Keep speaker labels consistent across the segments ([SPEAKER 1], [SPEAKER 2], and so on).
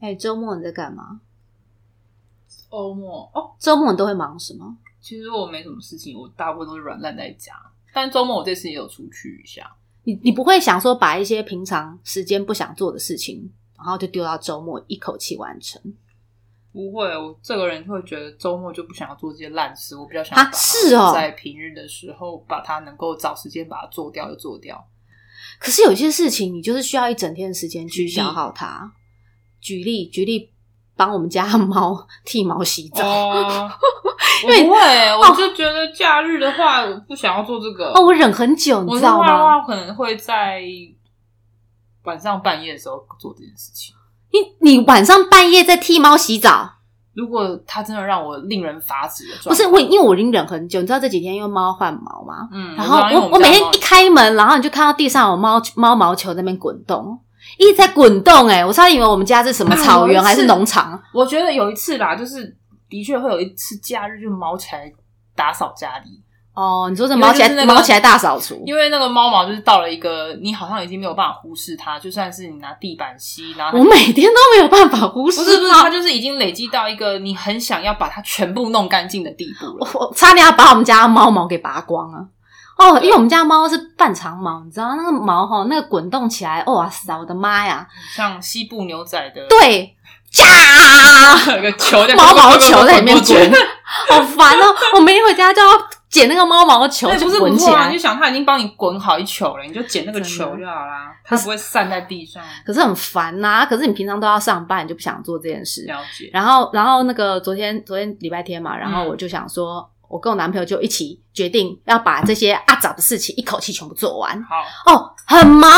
[SPEAKER 1] 哎、周末你在干嘛？
[SPEAKER 2] 欧莫哦，
[SPEAKER 1] 周末你都会忙什么？
[SPEAKER 2] 其实我没什么事情，我大部分都是软烂在家。但周末我这次也有出去一下，
[SPEAKER 1] 你你不会想说把一些平常时间不想做的事情，然后就丢到周末一口气完成
[SPEAKER 2] 不会，我这个人会觉得周末就不想要做这些烂事，我比较想
[SPEAKER 1] 啊
[SPEAKER 2] 把它
[SPEAKER 1] 是哦
[SPEAKER 2] 在平日的时候把它能够找时间把它做掉就做掉。
[SPEAKER 1] 可是有些事情，你就是需要一整天的时间去
[SPEAKER 2] 举例
[SPEAKER 1] 消耗它。举例，举例，帮我们家的猫剃毛、洗澡。哦
[SPEAKER 2] 哦，我不会，我就觉得假日的话，我不想要做这个。
[SPEAKER 1] 哦我忍很久，你
[SPEAKER 2] 哦我啊
[SPEAKER 1] 知
[SPEAKER 2] 的
[SPEAKER 1] 道
[SPEAKER 2] 话的
[SPEAKER 1] 吗？
[SPEAKER 2] 话，可能会在晚上半夜的时候做这件事情。
[SPEAKER 1] 你你晚上半夜在剃猫、洗澡，
[SPEAKER 2] 如果它真的让我令人发指的状态，
[SPEAKER 1] 不是我，因为我已经忍很久。你知道这几天因为猫换毛吗？
[SPEAKER 2] 嗯，
[SPEAKER 1] 然后
[SPEAKER 2] 我知道因为
[SPEAKER 1] 我我
[SPEAKER 2] 们
[SPEAKER 1] 每
[SPEAKER 2] 家
[SPEAKER 1] 天
[SPEAKER 2] 猫
[SPEAKER 1] 一开门，然后你就看到地上有猫猫毛球在那边滚动，一直在滚动、欸。哎，我差点以为我们家是什么
[SPEAKER 2] 啊
[SPEAKER 1] 草
[SPEAKER 2] 有
[SPEAKER 1] 原
[SPEAKER 2] 一
[SPEAKER 1] 还是
[SPEAKER 2] 次
[SPEAKER 1] 农场。
[SPEAKER 2] 我觉得有一次啦，就是的确会有一次假日就毛起来打扫家里，
[SPEAKER 1] 哦，你说这
[SPEAKER 2] 因为
[SPEAKER 1] 毛起来、
[SPEAKER 2] 就是那个
[SPEAKER 1] 毛起来大扫除，
[SPEAKER 2] 因为那个猫毛就是到了一个你好像已经没有办法忽视它，就算是你拿地板吸，然后
[SPEAKER 1] 我
[SPEAKER 2] 它
[SPEAKER 1] 每天都没有办法忽视
[SPEAKER 2] 不是不是，
[SPEAKER 1] 它
[SPEAKER 2] 它就是已经累积到一个你很想要把它全部弄干净的地步了。
[SPEAKER 1] 我差点要把我们家的猫毛给拔光啊！哦，因为我们家猫是半长毛，你知道那个毛哈，那个滚动起来，哦哇塞，我的妈呀！
[SPEAKER 2] 像西部牛仔的，
[SPEAKER 1] 对，炸，
[SPEAKER 2] 有个球在
[SPEAKER 1] 猫毛球在里面
[SPEAKER 2] 滚
[SPEAKER 1] 滚，好烦哦！我每天回家就要捡那个猫毛球，
[SPEAKER 2] 那
[SPEAKER 1] 就
[SPEAKER 2] 不是
[SPEAKER 1] 滚
[SPEAKER 2] 不
[SPEAKER 1] 起
[SPEAKER 2] 错啊！你
[SPEAKER 1] 来
[SPEAKER 2] 就，想它已经帮你滚好一球了，你就捡那个
[SPEAKER 1] 真的
[SPEAKER 2] 球就好啦，它不会散在地上。
[SPEAKER 1] 可是很烦呐、可是你平常都要上班，你就不想做这件事。
[SPEAKER 2] 了解，
[SPEAKER 1] 然后，然后那个昨天昨天礼拜天嘛，然后
[SPEAKER 2] 嗯
[SPEAKER 1] 我就想说，我跟我男朋友就一起决定要把这些阿杂的事情一口气全部做完。
[SPEAKER 2] 好，
[SPEAKER 1] 哦，很忙。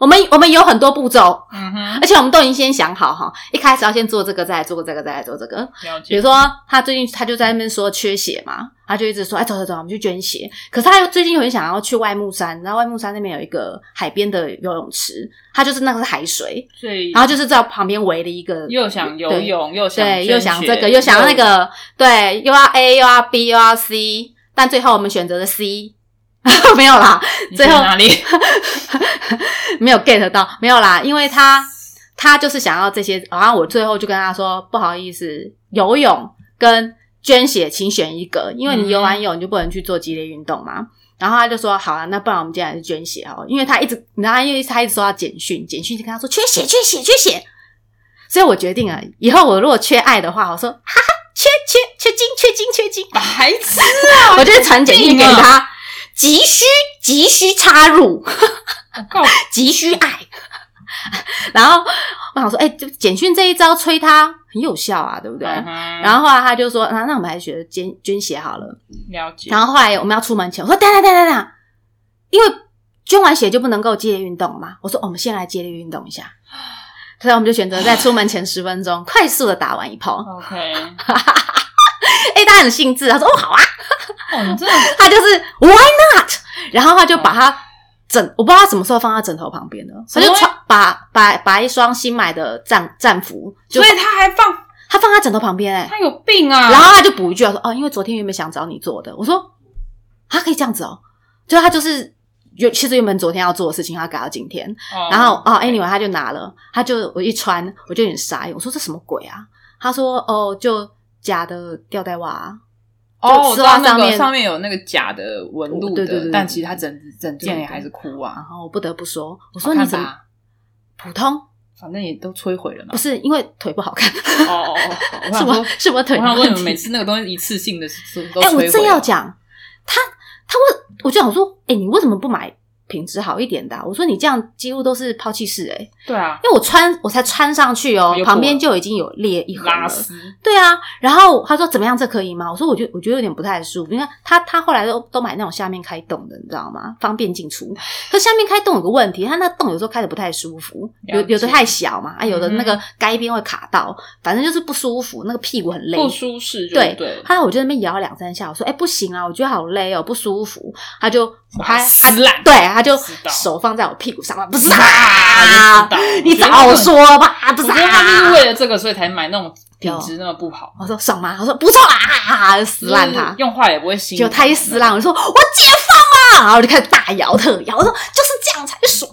[SPEAKER 1] 我们我们有很多步骤，
[SPEAKER 2] 嗯哼，
[SPEAKER 1] 而且我们都已经先想好哈，一开始要先做这个，再来做这个，再来做这个。
[SPEAKER 2] 了
[SPEAKER 1] 比
[SPEAKER 2] 解
[SPEAKER 1] 如。说，他最近他就在那边说缺血嘛，他就一直说，哎，走走走，我们去捐血。可是他又最近很想要去外木山，然后外木山那边有一个海边的游泳池，他就是那个是海水，
[SPEAKER 2] 所以
[SPEAKER 1] 然后就是在旁边围了一个，
[SPEAKER 2] 又想游
[SPEAKER 1] 对
[SPEAKER 2] 泳，又想
[SPEAKER 1] 对，
[SPEAKER 2] 捐
[SPEAKER 1] 又想
[SPEAKER 2] 血
[SPEAKER 1] 这个，又想那，个，对，又要 A，又要 B，又要 C，但最后我们选择了 C，没 有啦，
[SPEAKER 2] 你
[SPEAKER 1] 最
[SPEAKER 2] 去
[SPEAKER 1] 后
[SPEAKER 2] 哪里？
[SPEAKER 1] 没有 get 到，没有啦，因为他他就是想要这些，然后我最后就跟他说，不好意思，游泳跟捐血请选一个，因为你游完泳你就不能去做激烈运动嘛。然后他就说：“好啊，那不然我们今天还是捐血哦，因为他一直，然后因为他一直说要简讯，简讯就跟他说缺血，缺血，缺血。所以我决定啊，以后我如果缺爱的话，我说哈哈，缺缺缺金，缺金，缺金，
[SPEAKER 2] 白痴！
[SPEAKER 1] 我就会传简讯给
[SPEAKER 2] 你
[SPEAKER 1] 他，急需急需插入。”
[SPEAKER 2] 我告
[SPEAKER 1] 急需爱。 然后我想说，哎、就简讯这一招催他很有效啊，对不对？
[SPEAKER 2] 然
[SPEAKER 1] 然后后来他就说，啊，那我们还是学捐捐血好了。
[SPEAKER 2] 了解，
[SPEAKER 1] 然后后来我们要出门前，我说等等等等等，因为捐完血就不能够激烈运动嘛。我说、哦我们先来激烈运动一下，所以我们就选择在出门前十分钟快速的打完一炮。
[SPEAKER 2] OK。
[SPEAKER 1] 哎、他很兴致，他说哦好啊，
[SPEAKER 2] 哦，你真的
[SPEAKER 1] 他就是 Why not？然后他就把它枕，我不知道他什么时候放在枕头旁边的，他
[SPEAKER 2] 什么
[SPEAKER 1] 就穿把把把一双新买的战战服，就
[SPEAKER 2] 所以他还放，
[SPEAKER 1] 他放在枕头旁边哎、
[SPEAKER 2] 他有病啊！
[SPEAKER 1] 然后他就补一句我说哦，因为昨天原本想找你做的，我说他可以这样子哦，就他就是原其实原本昨天要做的事情，他改到今天，
[SPEAKER 2] 哦，
[SPEAKER 1] 然后哦，anyway，他就拿了，他就我一穿，我就有点傻眼，我说这什么鬼啊？他说哦，就假的吊带袜、啊。
[SPEAKER 2] 哦，我知道
[SPEAKER 1] 丝袜上
[SPEAKER 2] 那个
[SPEAKER 1] 面
[SPEAKER 2] 上面有那个假的纹路
[SPEAKER 1] 对对对
[SPEAKER 2] 的
[SPEAKER 1] 对，
[SPEAKER 2] 但其实他整整件
[SPEAKER 1] 对对
[SPEAKER 2] 也还是哭
[SPEAKER 1] 然
[SPEAKER 2] 啊。
[SPEAKER 1] 后我不得不说，我
[SPEAKER 2] 我
[SPEAKER 1] 说你怎么普通？
[SPEAKER 2] 反正也都摧毁了嘛
[SPEAKER 1] 不。是因为腿不好看，
[SPEAKER 2] 哦哦哦，哦我
[SPEAKER 1] 是
[SPEAKER 2] 想
[SPEAKER 1] 我
[SPEAKER 2] 说，
[SPEAKER 1] 是我
[SPEAKER 2] 我
[SPEAKER 1] 腿的
[SPEAKER 2] 想说，
[SPEAKER 1] 问题
[SPEAKER 2] 你们每次那个东西一次性的是都都
[SPEAKER 1] 哎、
[SPEAKER 2] 摧
[SPEAKER 1] 我
[SPEAKER 2] 毁了。
[SPEAKER 1] 正要讲，他他问，我就想说，哎、你为什么不买品质好一点的啊、我说你这样几乎都是抛弃式哎、
[SPEAKER 2] 对啊，
[SPEAKER 1] 因为我穿我才穿上去哦
[SPEAKER 2] 又破，了
[SPEAKER 1] 旁边就已经有裂一痕
[SPEAKER 2] 拉
[SPEAKER 1] 了。
[SPEAKER 2] 丝
[SPEAKER 1] 对啊，然后他说怎么样，这可以吗？我说我觉得我觉得有点不太舒服，因为他他后来都都买那种下面开洞的，你知道吗？方便进出。可下面开洞有个问题，它那洞有时候开的不太舒服，有
[SPEAKER 2] 了解
[SPEAKER 1] 有的太小嘛，啊，有的那
[SPEAKER 2] 嗯
[SPEAKER 1] 个该边会卡到，反正就是不舒服，那个屁股很累，
[SPEAKER 2] 不舒适就
[SPEAKER 1] 对
[SPEAKER 2] 对，
[SPEAKER 1] 后来我就在那边摇了两三下，我说：“哎、不行啊，我觉得好累哦，不舒服。”他就他他
[SPEAKER 2] 撕烂
[SPEAKER 1] 对，他就
[SPEAKER 2] 知道
[SPEAKER 1] 手放在我屁股 上，不是啊
[SPEAKER 2] 啊我知道，
[SPEAKER 1] 你
[SPEAKER 2] 我觉得
[SPEAKER 1] 早
[SPEAKER 2] 很
[SPEAKER 1] 说吧，不
[SPEAKER 2] 我
[SPEAKER 1] 是
[SPEAKER 2] 觉得他就是
[SPEAKER 1] 啊。
[SPEAKER 2] 为了这个，所以才买那种品质那么不好，
[SPEAKER 1] 我说爽吗？他说不错啊，就撕烂
[SPEAKER 2] 就
[SPEAKER 1] 它
[SPEAKER 2] 是。嗯用坏也不会新。
[SPEAKER 1] 结果他一撕烂，，我就说我解啊放啦，然后我就开始大摇特摇，我说就是这样才爽。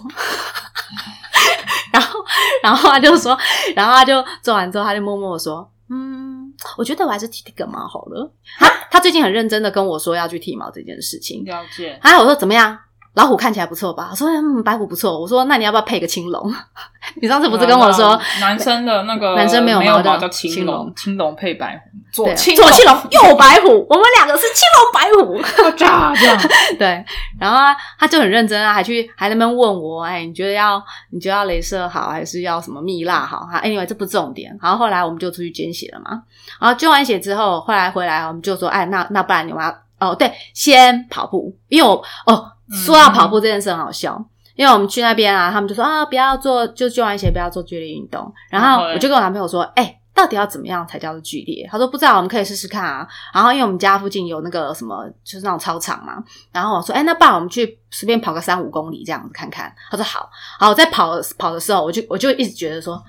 [SPEAKER 1] 然后然后他就说，然后他就做完之后，他就默默地说，嗯，我觉得我还是剃剃个毛好了。他他最近很认真的跟我说要去剃毛这件事情，
[SPEAKER 2] 了解。
[SPEAKER 1] 哎，我说怎么样？老虎看起来不错吧？我说嗯，白虎不错。我说那你要不要配个青龙？你上次不是跟我说
[SPEAKER 2] 男生的那个
[SPEAKER 1] 男生没有
[SPEAKER 2] 有
[SPEAKER 1] 毛的
[SPEAKER 2] 毛叫
[SPEAKER 1] 青
[SPEAKER 2] 青
[SPEAKER 1] 龙
[SPEAKER 2] 龙，青龙配白虎，左
[SPEAKER 1] 对啊
[SPEAKER 2] 青
[SPEAKER 1] 左青
[SPEAKER 2] 龙，
[SPEAKER 1] 龙右白虎，我们两个是青龙白虎。
[SPEAKER 2] 爆炸这 样。
[SPEAKER 1] 对，然后啊，他就很认真啊，还去还在那边问我，哎，你觉得要你觉得要镭射好，还是要什么蜜蜡好？哈，anyway，这不重点。然后后来我们就出去捐血了嘛，然后捐完血之后，后来回来我们就说，哎，那那不然你们要哦，对，先跑步，因为我哦，说到跑步这件事很好笑。因为我们去那边啊，他们就说啊，不要做，就捐完血不要做剧烈运动。然
[SPEAKER 2] 然
[SPEAKER 1] 后
[SPEAKER 2] 后嘞
[SPEAKER 1] 我就跟我男朋友说，哎、到底要怎么样才叫做剧烈？他说不知道，我们可以试试看啊。然后因为我们家附近有那个什么，就是那种操场嘛，然后我说，哎、那不然我们去随便跑个三五公里这样子看看。他说好，好，我在跑跑的时候，我就我就一直觉得说，哇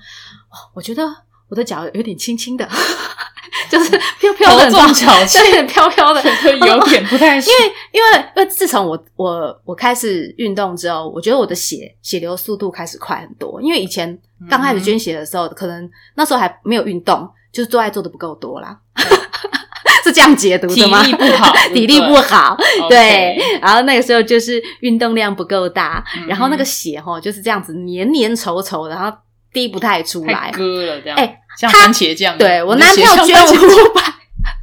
[SPEAKER 1] 我觉得我的脚有点轻轻的， 就是飘飘的，
[SPEAKER 2] 头重脚轻
[SPEAKER 1] 对，飘飘 的，
[SPEAKER 2] 有点不太行
[SPEAKER 1] 因为因为因为自从我我我开始运动之后，我觉得我的血血流速度开始快很多。因为以前
[SPEAKER 2] 嗯
[SPEAKER 1] 刚开始捐血的时候，可能那时候还没有运动，就是做爱做的不够多啦， 是这样解读的吗？
[SPEAKER 2] 体力不 好
[SPEAKER 1] 体力不好，
[SPEAKER 2] OK
[SPEAKER 1] 对。然后那个时候就是运动量不够大，
[SPEAKER 2] 嗯哼
[SPEAKER 1] 然后那个血哈就是这样子黏黏稠稠的，然后滴不太出
[SPEAKER 2] 太
[SPEAKER 1] 来。
[SPEAKER 2] 割了这样，
[SPEAKER 1] 哎
[SPEAKER 2] 像
[SPEAKER 1] 他
[SPEAKER 2] 番茄酱一样，
[SPEAKER 1] 对我
[SPEAKER 2] 你的
[SPEAKER 1] 男朋
[SPEAKER 2] 血
[SPEAKER 1] 友
[SPEAKER 2] 像
[SPEAKER 1] 捐
[SPEAKER 2] 番茄 酱
[SPEAKER 1] 五百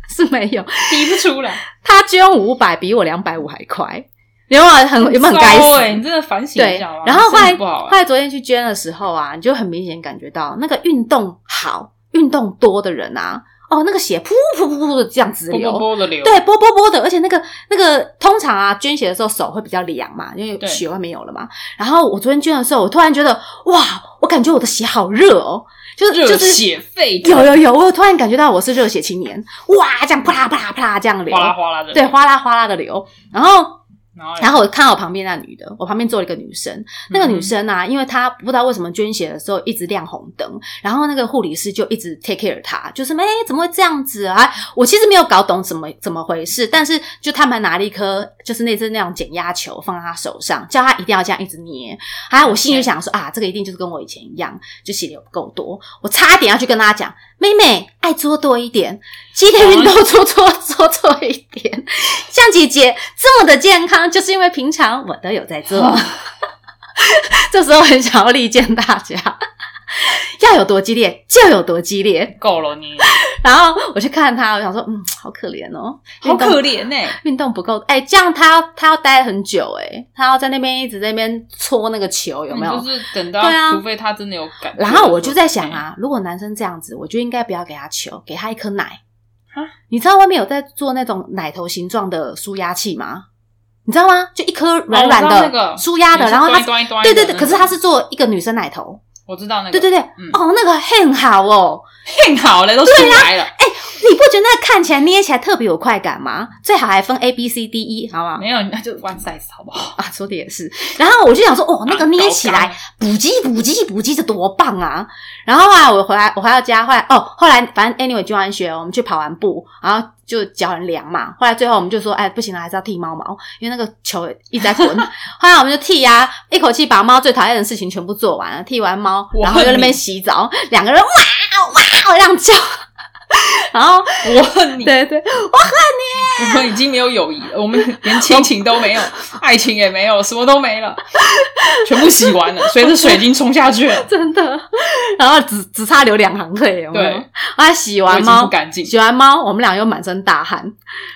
[SPEAKER 1] 是没有，
[SPEAKER 2] 滴不出来，
[SPEAKER 1] 他捐五百比我两百五还快，有没有很 有没有很该
[SPEAKER 2] 糟欸你
[SPEAKER 1] 死？
[SPEAKER 2] 真的反省一
[SPEAKER 1] 对，
[SPEAKER 2] 下吧。
[SPEAKER 1] 然后后
[SPEAKER 2] 真的
[SPEAKER 1] 来
[SPEAKER 2] 不好
[SPEAKER 1] 后
[SPEAKER 2] 欸，
[SPEAKER 1] 来昨天去捐的时候啊，你就很明显感觉到那个运动好、运动多的人啊，哦，那个血噗噗噗噗的这样直
[SPEAKER 2] 波
[SPEAKER 1] 流，
[SPEAKER 2] 波波的流，
[SPEAKER 1] 对，波波波的，而且那个那个通常啊，捐血的时候手会比较凉嘛，因为
[SPEAKER 2] 对
[SPEAKER 1] 血会没有了嘛。然后我昨天捐的时候，我突然觉得哇，我感觉我的血好热哦，就是
[SPEAKER 2] 热
[SPEAKER 1] 就是
[SPEAKER 2] 血沸腾，
[SPEAKER 1] 有有有，我突然感觉到我是热血青年，哇，这样啪啦啪啦啪啦这样流
[SPEAKER 2] 哗，啦哗啦 的，
[SPEAKER 1] 对，，哗啦哗啦的流。然后
[SPEAKER 2] 然后嘞
[SPEAKER 1] 然后我看我旁边那女的，我旁边坐了一个女生，那个女
[SPEAKER 2] 哎嗯
[SPEAKER 1] 生啊，因为她不知道为什么捐血的时候一直亮红灯，然后那个护理师就一直 take care 她，就是哎、诶怎么会这样子啊？我其实没有搞懂怎么怎么回事，但是就他们还拿了一颗就是类似那种减压球放在她手上，叫她一定要这样一直捏。啊，我心里就想说啊，这个一定就是跟我以前一样，就血流不够多，我差一点要去跟她讲，妹妹爱做多一点，激烈运动做做 做做一点。像姐姐这么的健康，就是因为平常我都有在
[SPEAKER 2] 哦
[SPEAKER 1] 做。 这时候很想要力荐大家，要有多激烈就有多激烈。
[SPEAKER 2] 够了你，
[SPEAKER 1] 然后我去看他，我想说，嗯，好可怜哦，
[SPEAKER 2] 好可
[SPEAKER 1] 怜。
[SPEAKER 2] 怜欸呢。
[SPEAKER 1] 运动不够，哎、这样他要他要待很久、哎，他要在那边一直在那边搓那个球，有没有？
[SPEAKER 2] 你嗯就是等到
[SPEAKER 1] 对啊，
[SPEAKER 2] 除非他真的有感觉的时候。
[SPEAKER 1] 然后我就在想啊，如果男生这样子，我就应该不要给他球，给他一颗奶
[SPEAKER 2] 啊。
[SPEAKER 1] 你知道外面有在做那种奶头形状的舒压器吗？你知道吗？就一颗软软
[SPEAKER 2] 哦我知道那
[SPEAKER 1] 的、
[SPEAKER 2] 个
[SPEAKER 1] 舒
[SPEAKER 2] 哎，
[SPEAKER 1] 压的，
[SPEAKER 2] 你是
[SPEAKER 1] 然后它
[SPEAKER 2] 端一端一端
[SPEAKER 1] 对
[SPEAKER 2] 一的
[SPEAKER 1] 对对，
[SPEAKER 2] 那
[SPEAKER 1] 可是
[SPEAKER 2] 种
[SPEAKER 1] 它是做一个女生奶头，
[SPEAKER 2] 我知道那个，
[SPEAKER 1] 对对对，
[SPEAKER 2] 嗯
[SPEAKER 1] 哦，那个很好哦。
[SPEAKER 2] 幸好嘞，都出来了，
[SPEAKER 1] 你不觉得那看起来捏起来特别有快感吗？最好还分 A B C D E，好不好？
[SPEAKER 2] 没有那就 one size 好不好？
[SPEAKER 1] 啊，说的也是。然后我就想说，哦，那个捏起
[SPEAKER 2] 啊高
[SPEAKER 1] 来
[SPEAKER 2] 刚
[SPEAKER 1] 补鸡补鸡补鸡，这多棒啊！然后啊，我回来我回到家，后来哦，后来反正 anyway 捐完血，我们去跑完步，然后就脚很凉嘛。后来最后我们就说，哎，不行了，还是要剃猫毛，因为那个球一直在 滚。后来我们就剃呀、一口气把猫最讨厌的事情全部做完了，剃完猫，
[SPEAKER 2] 我
[SPEAKER 1] 然后又
[SPEAKER 2] 恨
[SPEAKER 1] 在那边
[SPEAKER 2] 你
[SPEAKER 1] 洗澡，两个人哇哇这样叫， 然后
[SPEAKER 2] 我恨你，
[SPEAKER 1] 对对，
[SPEAKER 2] 我们已经没有友谊了，我们连亲情都 没有，爱情也没有，什么都没了，全部洗完了，随着水晶冲 下去了。
[SPEAKER 1] 真的，然后只只差流两行泪，有没有？
[SPEAKER 2] 对，
[SPEAKER 1] 后来洗
[SPEAKER 2] 我
[SPEAKER 1] 完
[SPEAKER 2] 已经
[SPEAKER 1] 猫
[SPEAKER 2] 不，干净。
[SPEAKER 1] 洗完猫，我们俩又满身大汗。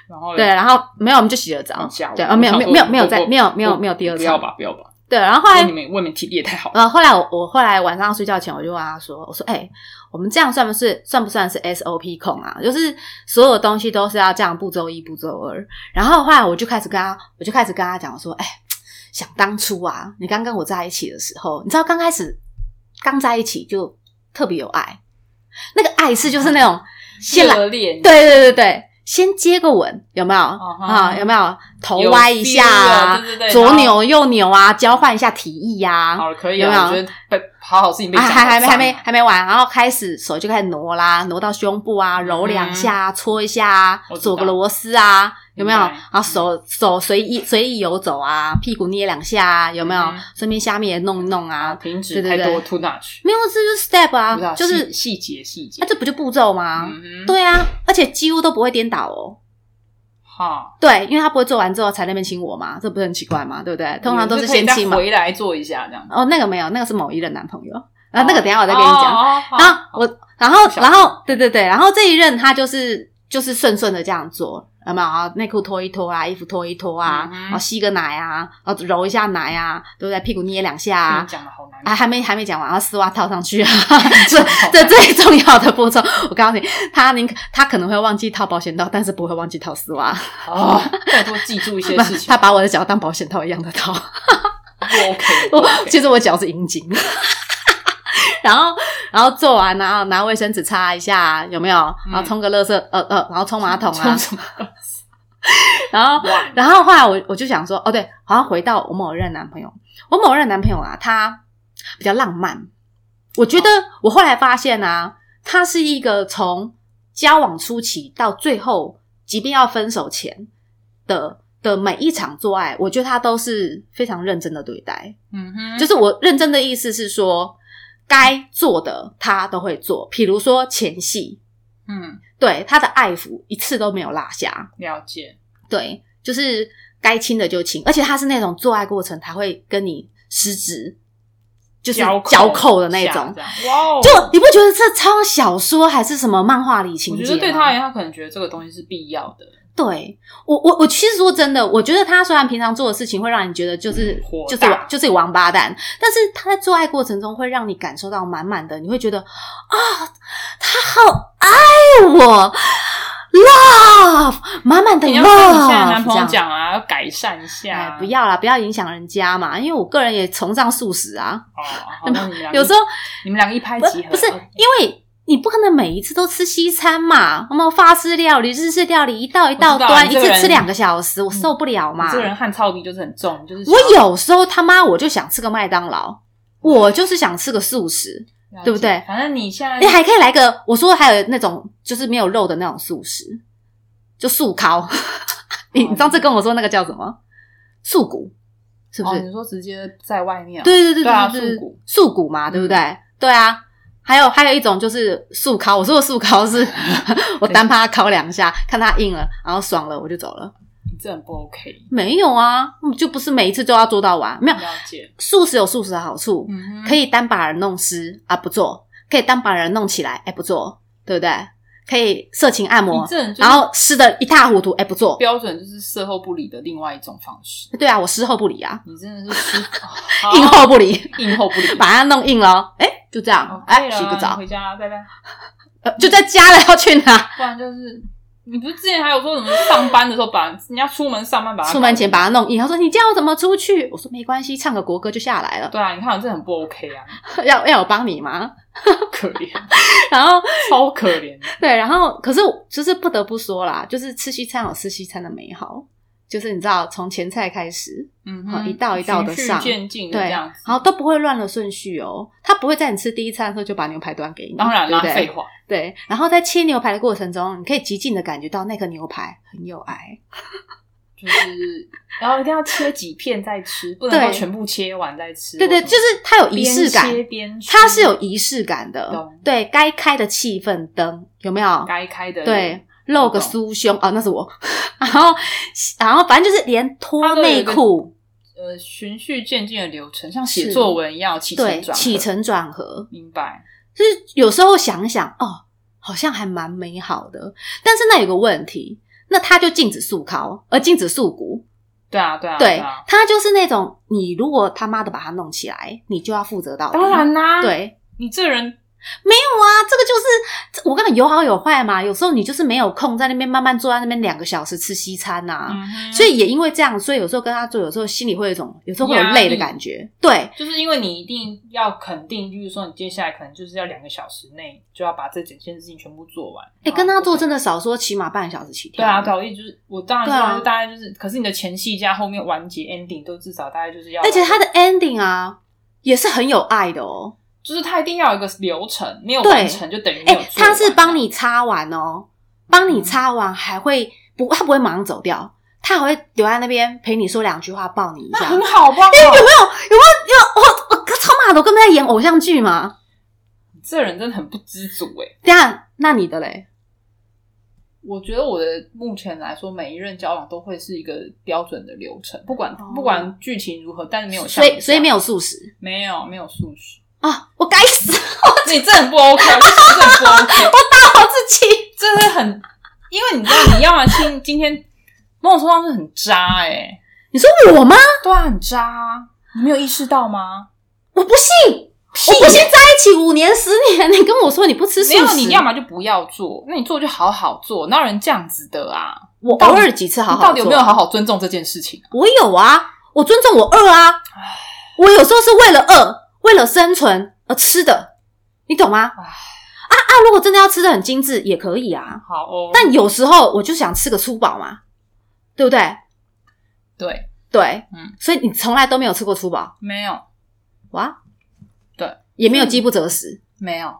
[SPEAKER 2] 然后
[SPEAKER 1] 对，
[SPEAKER 2] 嘞，
[SPEAKER 1] 然后没有，我们就洗了澡
[SPEAKER 2] 好吓。我
[SPEAKER 1] 对，啊，没有，
[SPEAKER 2] 我
[SPEAKER 1] 没
[SPEAKER 2] 想
[SPEAKER 1] 有，
[SPEAKER 2] 说
[SPEAKER 1] 没有，没有
[SPEAKER 2] 我
[SPEAKER 1] 在，
[SPEAKER 2] 我
[SPEAKER 1] 没有，没有，
[SPEAKER 2] 我
[SPEAKER 1] 没有第二
[SPEAKER 2] 不要
[SPEAKER 1] 场。哎
[SPEAKER 2] 吧，不要吧。
[SPEAKER 1] 对，然后后
[SPEAKER 2] 你
[SPEAKER 1] 来，
[SPEAKER 2] 们未免体力也太好了，
[SPEAKER 1] 呃，后来我我后来晚上睡觉前，我就问他说：“我说，哎、我们这样算不是算不算是 SOP 控啊？就是所有东西都是要这样步骤一、步骤二。”然后后来我就开始跟他，我就开始跟他讲说：“哎、想当初啊，你刚跟我在一起的时候，你知道刚开始刚在一起就特别有爱，那个爱是就是那种
[SPEAKER 2] 嗯
[SPEAKER 1] 先来
[SPEAKER 2] 热恋，
[SPEAKER 1] 对对对对，先接个吻，有没有
[SPEAKER 2] 哈
[SPEAKER 1] 啊？有没有头
[SPEAKER 2] 嗯有
[SPEAKER 1] 歪一
[SPEAKER 2] feel
[SPEAKER 1] 下啊
[SPEAKER 2] 了？对对对
[SPEAKER 1] 左
[SPEAKER 2] 然后
[SPEAKER 1] 扭右扭啊，交换一下提议呀、啊。
[SPEAKER 2] 好了，可以
[SPEAKER 1] 有没有
[SPEAKER 2] 了，我觉得被好好事情被
[SPEAKER 1] 啊，
[SPEAKER 2] 讲
[SPEAKER 1] 还还没还没
[SPEAKER 2] 了
[SPEAKER 1] 还没完，然后开始手就开始挪啦，挪到胸部啊，揉两下啊，搓一下啊
[SPEAKER 2] 嗯我，知
[SPEAKER 1] 锁个
[SPEAKER 2] 道
[SPEAKER 1] 螺丝啊，有没有？
[SPEAKER 2] 明白嗯
[SPEAKER 1] 然后手手随意随意游走啊，屁股捏两下啊，有没有
[SPEAKER 2] 嗯？
[SPEAKER 1] 顺便下面也弄一弄啊，
[SPEAKER 2] 停止
[SPEAKER 1] 对对
[SPEAKER 2] 太
[SPEAKER 1] 对
[SPEAKER 2] 多 too much，
[SPEAKER 1] 没有，这就是 step
[SPEAKER 2] 不知道
[SPEAKER 1] 啊，就是
[SPEAKER 2] 细细节细节
[SPEAKER 1] 啊，。这不就步骤吗？
[SPEAKER 2] 嗯哼，
[SPEAKER 1] 对啊，而且几乎都不会颠倒哦。
[SPEAKER 2] 哈，
[SPEAKER 1] 对，因为他不会做完之后才那边亲我嘛，这不是很奇怪嘛，对不对？通常都是先亲
[SPEAKER 2] 你就可以再
[SPEAKER 1] 嘛。
[SPEAKER 2] 回来做一下这样。
[SPEAKER 1] 哦，那个没有，那个是某一任男朋友，然后啊那个等一下我再跟你
[SPEAKER 2] 哦
[SPEAKER 1] 讲。啊
[SPEAKER 2] 哦啊好
[SPEAKER 1] 然后我，然后，
[SPEAKER 2] 小
[SPEAKER 1] 然后，对对对，然后这一任他就是就是顺顺的这样做，有没有？然后内裤脱一脱啊，衣服脱一脱啊，
[SPEAKER 2] 嗯哼
[SPEAKER 1] 然后吸个奶啊，然后揉一下奶啊，对不对？屁股捏两下
[SPEAKER 2] 啊
[SPEAKER 1] 啊。
[SPEAKER 2] 讲的好难
[SPEAKER 1] 啊，还没还没讲完，然后丝袜套上去 啊，这
[SPEAKER 2] 真好
[SPEAKER 1] 这最重要的步骤。我告诉你，他宁可他可能会忘记套保险套，但是不会忘记套丝袜。
[SPEAKER 2] 哦，再多记住一些
[SPEAKER 1] 不
[SPEAKER 2] 事 情。
[SPEAKER 1] 他把我的脚当保险套一样的套。
[SPEAKER 2] 不 OK，不
[SPEAKER 1] 我
[SPEAKER 2] OK
[SPEAKER 1] 其实我脚是阴茎。然后，然后做完，然后拿卫生纸擦一下，有没有？然后冲个垃圾，呃呃，然后冲马桶啊
[SPEAKER 2] 冲。 什么？
[SPEAKER 1] 然后，
[SPEAKER 2] 哇，
[SPEAKER 1] 然后后来我我就想说，哦对，好像回到我某任男朋友，我某任男朋友啊，他比较浪漫。我觉得我后来发现啊，他是一个从交往初期到最后，即便要分手前的的每一场做爱，我觉得他都是非常认真的对待。
[SPEAKER 2] 嗯哼，
[SPEAKER 1] 就是我认真的意思是说，该做的他都会做，比如说前戏，
[SPEAKER 2] 嗯，
[SPEAKER 1] 对他的爱抚一次都没有落下，
[SPEAKER 2] 了解。
[SPEAKER 1] 对，就是该亲的就亲，而且他是那种做爱过程他会跟你食指就是交扣的那
[SPEAKER 2] 下
[SPEAKER 1] 种，
[SPEAKER 2] 这样哇哦！
[SPEAKER 1] 就你不觉得这超像小说还是什么漫画里情
[SPEAKER 2] 我
[SPEAKER 1] 节啊
[SPEAKER 2] 觉
[SPEAKER 1] 吗？
[SPEAKER 2] 得对他而言，他可能觉得这个东西是必要的，
[SPEAKER 1] 对我我我其实说真的，我觉得他虽然平常做的事情会让你觉得就是
[SPEAKER 2] 嗯火
[SPEAKER 1] 就是
[SPEAKER 2] 大
[SPEAKER 1] 就是个王八蛋，但是他在做爱过程中会让你感受到满满的，你会觉得啊，他好爱我，love 满满的
[SPEAKER 2] 你
[SPEAKER 1] love。
[SPEAKER 2] 要跟你现在男朋友
[SPEAKER 1] 这样
[SPEAKER 2] 讲啊，要改善一下啊
[SPEAKER 1] 哎，，不要啦，不要影响人家嘛，因为我个人也崇尚素食啊。
[SPEAKER 2] 哦。好那你们两 个
[SPEAKER 1] 有时候
[SPEAKER 2] 你们两个一拍
[SPEAKER 1] 不
[SPEAKER 2] 即合，
[SPEAKER 1] 不是因为你不可能每一次都吃西餐嘛，那么法式料理、日式料理一道一道
[SPEAKER 2] 我知道
[SPEAKER 1] 端，
[SPEAKER 2] 你
[SPEAKER 1] 一
[SPEAKER 2] 这
[SPEAKER 1] 次
[SPEAKER 2] 个人嗯
[SPEAKER 1] 吃两个小时，我受不了嘛。
[SPEAKER 2] 你这个人汗臭味就是很重，就是
[SPEAKER 1] 我有时候他妈我就想吃个麦当劳，我就是想吃个素食，
[SPEAKER 2] 有
[SPEAKER 1] 对不对
[SPEAKER 2] 反正你现在
[SPEAKER 1] 你还可以来个，我说还有那种就是没有肉的那种素食，就素烤。 你
[SPEAKER 2] 哦
[SPEAKER 1] 你上次跟我说那个叫什么？素骨是不
[SPEAKER 2] 哦，
[SPEAKER 1] 是？
[SPEAKER 2] 你说直接在外面啊，
[SPEAKER 1] 对对对
[SPEAKER 2] 对啊
[SPEAKER 1] 对对，
[SPEAKER 2] 素骨嗯
[SPEAKER 1] 素骨嘛，对不对？对啊。还有还有一种就是素烤，我说的素烤是 我单怕它烤两下，看它硬了，然后爽了我就走了。
[SPEAKER 2] 你这很不 OK，
[SPEAKER 1] 没有啊，就不是每一次都要做到完，没有
[SPEAKER 2] 了解，
[SPEAKER 1] 素食有素食的好处，
[SPEAKER 2] 嗯哼，
[SPEAKER 1] 可
[SPEAKER 2] 以
[SPEAKER 1] 以单把人弄湿啊，不做；可以单把人弄起来，哎、不做，对不对？可以色情按摩
[SPEAKER 2] 你，这人就是
[SPEAKER 1] 然后湿的一塌糊涂，哎、不做。
[SPEAKER 2] 标准就是事后不理的另外一种方式，
[SPEAKER 1] 对啊，我湿后不理啊，
[SPEAKER 2] 你真的 是失哦
[SPEAKER 1] 硬后不理，
[SPEAKER 2] 硬后不理，
[SPEAKER 1] 把它弄硬了，哎、就这样
[SPEAKER 2] 哦，可
[SPEAKER 1] 哎、
[SPEAKER 2] 以了
[SPEAKER 1] 洗个澡
[SPEAKER 2] 你，回家啦拜拜。
[SPEAKER 1] 呃就在家了，要去哪？
[SPEAKER 2] 不然就是你不是之前还有说什么上班的时候把人家出门上班把它
[SPEAKER 1] 出门前把它弄硬。他说：“你叫我怎么出去？”我说：“没关系，唱个国歌就下来了。
[SPEAKER 2] 对啊，你看我这很不 OK 啊，
[SPEAKER 1] 要要我帮你吗
[SPEAKER 2] 可怜，？”
[SPEAKER 1] 然后
[SPEAKER 2] 超可怜。
[SPEAKER 1] 对，然后可是我就是不得不说啦，就是吃西餐有吃西餐的美好，就是你知道从前菜开始，
[SPEAKER 2] 嗯
[SPEAKER 1] 好
[SPEAKER 2] 哼，
[SPEAKER 1] 一道一道地
[SPEAKER 2] 循序
[SPEAKER 1] 上
[SPEAKER 2] 渐进的
[SPEAKER 1] 对，
[SPEAKER 2] 这样子。
[SPEAKER 1] 然后都不会乱了顺序哦。他不会在你吃第一餐的时候就把牛排端给你，
[SPEAKER 2] 当然
[SPEAKER 1] 对
[SPEAKER 2] 啦，
[SPEAKER 1] 不
[SPEAKER 2] 废
[SPEAKER 1] 对？
[SPEAKER 2] 话，
[SPEAKER 1] 对，然后在切牛排的过程中，你可以极尽的感觉到那个牛排很有爱。
[SPEAKER 2] 就是然后一定要切几片再吃，不能
[SPEAKER 1] 对
[SPEAKER 2] 够全部切完再吃。
[SPEAKER 1] 对对，
[SPEAKER 2] 或
[SPEAKER 1] 就
[SPEAKER 2] 什么
[SPEAKER 1] 是它有仪式感
[SPEAKER 2] 边，切边吃
[SPEAKER 1] 它是有仪式感的
[SPEAKER 2] 懂。
[SPEAKER 1] 对该开的气氛灯有没有？
[SPEAKER 2] 该开的
[SPEAKER 1] 对，露个
[SPEAKER 2] 懂
[SPEAKER 1] 酥胸哦，那是我。 然后，然后反正就是连脱
[SPEAKER 2] 它都有
[SPEAKER 1] 内
[SPEAKER 2] 一个
[SPEAKER 1] 裤，
[SPEAKER 2] 呃循序渐进的流程，像
[SPEAKER 1] 是
[SPEAKER 2] 写作文一样起承
[SPEAKER 1] 对，
[SPEAKER 2] 转合
[SPEAKER 1] 起承转合，
[SPEAKER 2] 明白。
[SPEAKER 1] 就是有时候想一想，哦，好像还蛮美好的。但是那有个问题，那它就禁止素烤，而禁止素骨。
[SPEAKER 2] 对啊，对啊，
[SPEAKER 1] 对
[SPEAKER 2] 啊，，
[SPEAKER 1] 它就是那种你如果他妈的把它弄起来，你就要负责到底。
[SPEAKER 2] 当然啊啦，，
[SPEAKER 1] 对，
[SPEAKER 2] 你这人
[SPEAKER 1] 没有啊，这个就是这我跟你有好有坏嘛。有时候你就是没有空在那边慢慢坐在那边两个小时吃西餐呐、
[SPEAKER 2] 嗯哼
[SPEAKER 1] 啊所以也因为这样，所以有时候跟他做，有时候心里会有一种，有时候会有累的感觉。对，
[SPEAKER 2] 就是因为你一定要肯定，就是说你接下来可能就是要两个小时内就要把这整件事情全部做完。
[SPEAKER 1] 哎、跟他做真
[SPEAKER 2] 的
[SPEAKER 1] 的少说，起码半个小时起跳。
[SPEAKER 2] 哦对啊，对啊，我一直就是我当然知
[SPEAKER 1] 对
[SPEAKER 2] 道，
[SPEAKER 1] 啊
[SPEAKER 2] 就大概就是，可是你的前戏加后面完结 ending 都至少大概就是要，
[SPEAKER 1] 而且他的 ending 啊，也是很有爱的哦。
[SPEAKER 2] 就是他一定要有一个流程，没有
[SPEAKER 1] 对
[SPEAKER 2] 完成就等于没
[SPEAKER 1] 哎、
[SPEAKER 2] 有做完。
[SPEAKER 1] 他是帮你擦完哦，帮你擦完还会不，他不会马上走掉，他还会留在那边陪你说两句话，抱你一
[SPEAKER 2] 那
[SPEAKER 1] 下。
[SPEAKER 2] 很 好吧？
[SPEAKER 1] 有没有？有没有？有我我超妈的，我根本在演偶像剧嘛！
[SPEAKER 2] 这人真的很不知足哎、
[SPEAKER 1] 等一下，那你的嘞？
[SPEAKER 2] 我觉得我的目前来说，每一任交往都会是一个标准的流程，不管、
[SPEAKER 1] 哦
[SPEAKER 2] 不管剧情如何，但是没有像
[SPEAKER 1] 所以所以没
[SPEAKER 2] 有
[SPEAKER 1] 有素食
[SPEAKER 2] 没有没有素食，
[SPEAKER 1] 啊！我该死，
[SPEAKER 2] 你这很不 OK，为啊什么这很不 OK？
[SPEAKER 1] 打我自己。
[SPEAKER 2] 真的很，因为你知道，你要么今今天某种程度上是很渣哎、
[SPEAKER 1] 你说我吗？
[SPEAKER 2] 对啊，很渣啊，你没有意识到吗？
[SPEAKER 1] 我不信，
[SPEAKER 2] 屁
[SPEAKER 1] 我不信在一起五年十年，你跟我说你不吃素
[SPEAKER 2] 没有，
[SPEAKER 1] 食，
[SPEAKER 2] 你要么就不要做，那你做就好好做，哪有人这样子的啊？
[SPEAKER 1] 我
[SPEAKER 2] 到
[SPEAKER 1] 偶
[SPEAKER 2] 底
[SPEAKER 1] 尔几次好好
[SPEAKER 2] 你到底有没有
[SPEAKER 1] 做
[SPEAKER 2] 好好尊重这件事情啊？
[SPEAKER 1] 我有啊，我尊重我饿啊，我有时候是为了饿，为了生存而吃的，你懂吗？
[SPEAKER 2] 唉
[SPEAKER 1] 啊啊！如果真的要吃的很精致，也可以啊。
[SPEAKER 2] 好哦，
[SPEAKER 1] 但有时候我就想吃个粗饱嘛，对不对？
[SPEAKER 2] 对，
[SPEAKER 1] 对，
[SPEAKER 2] 嗯，
[SPEAKER 1] 所以你从来都没有吃过粗饱，
[SPEAKER 2] 没有，
[SPEAKER 1] 哇，
[SPEAKER 2] 对，
[SPEAKER 1] 也没有饥不择食，
[SPEAKER 2] 没有。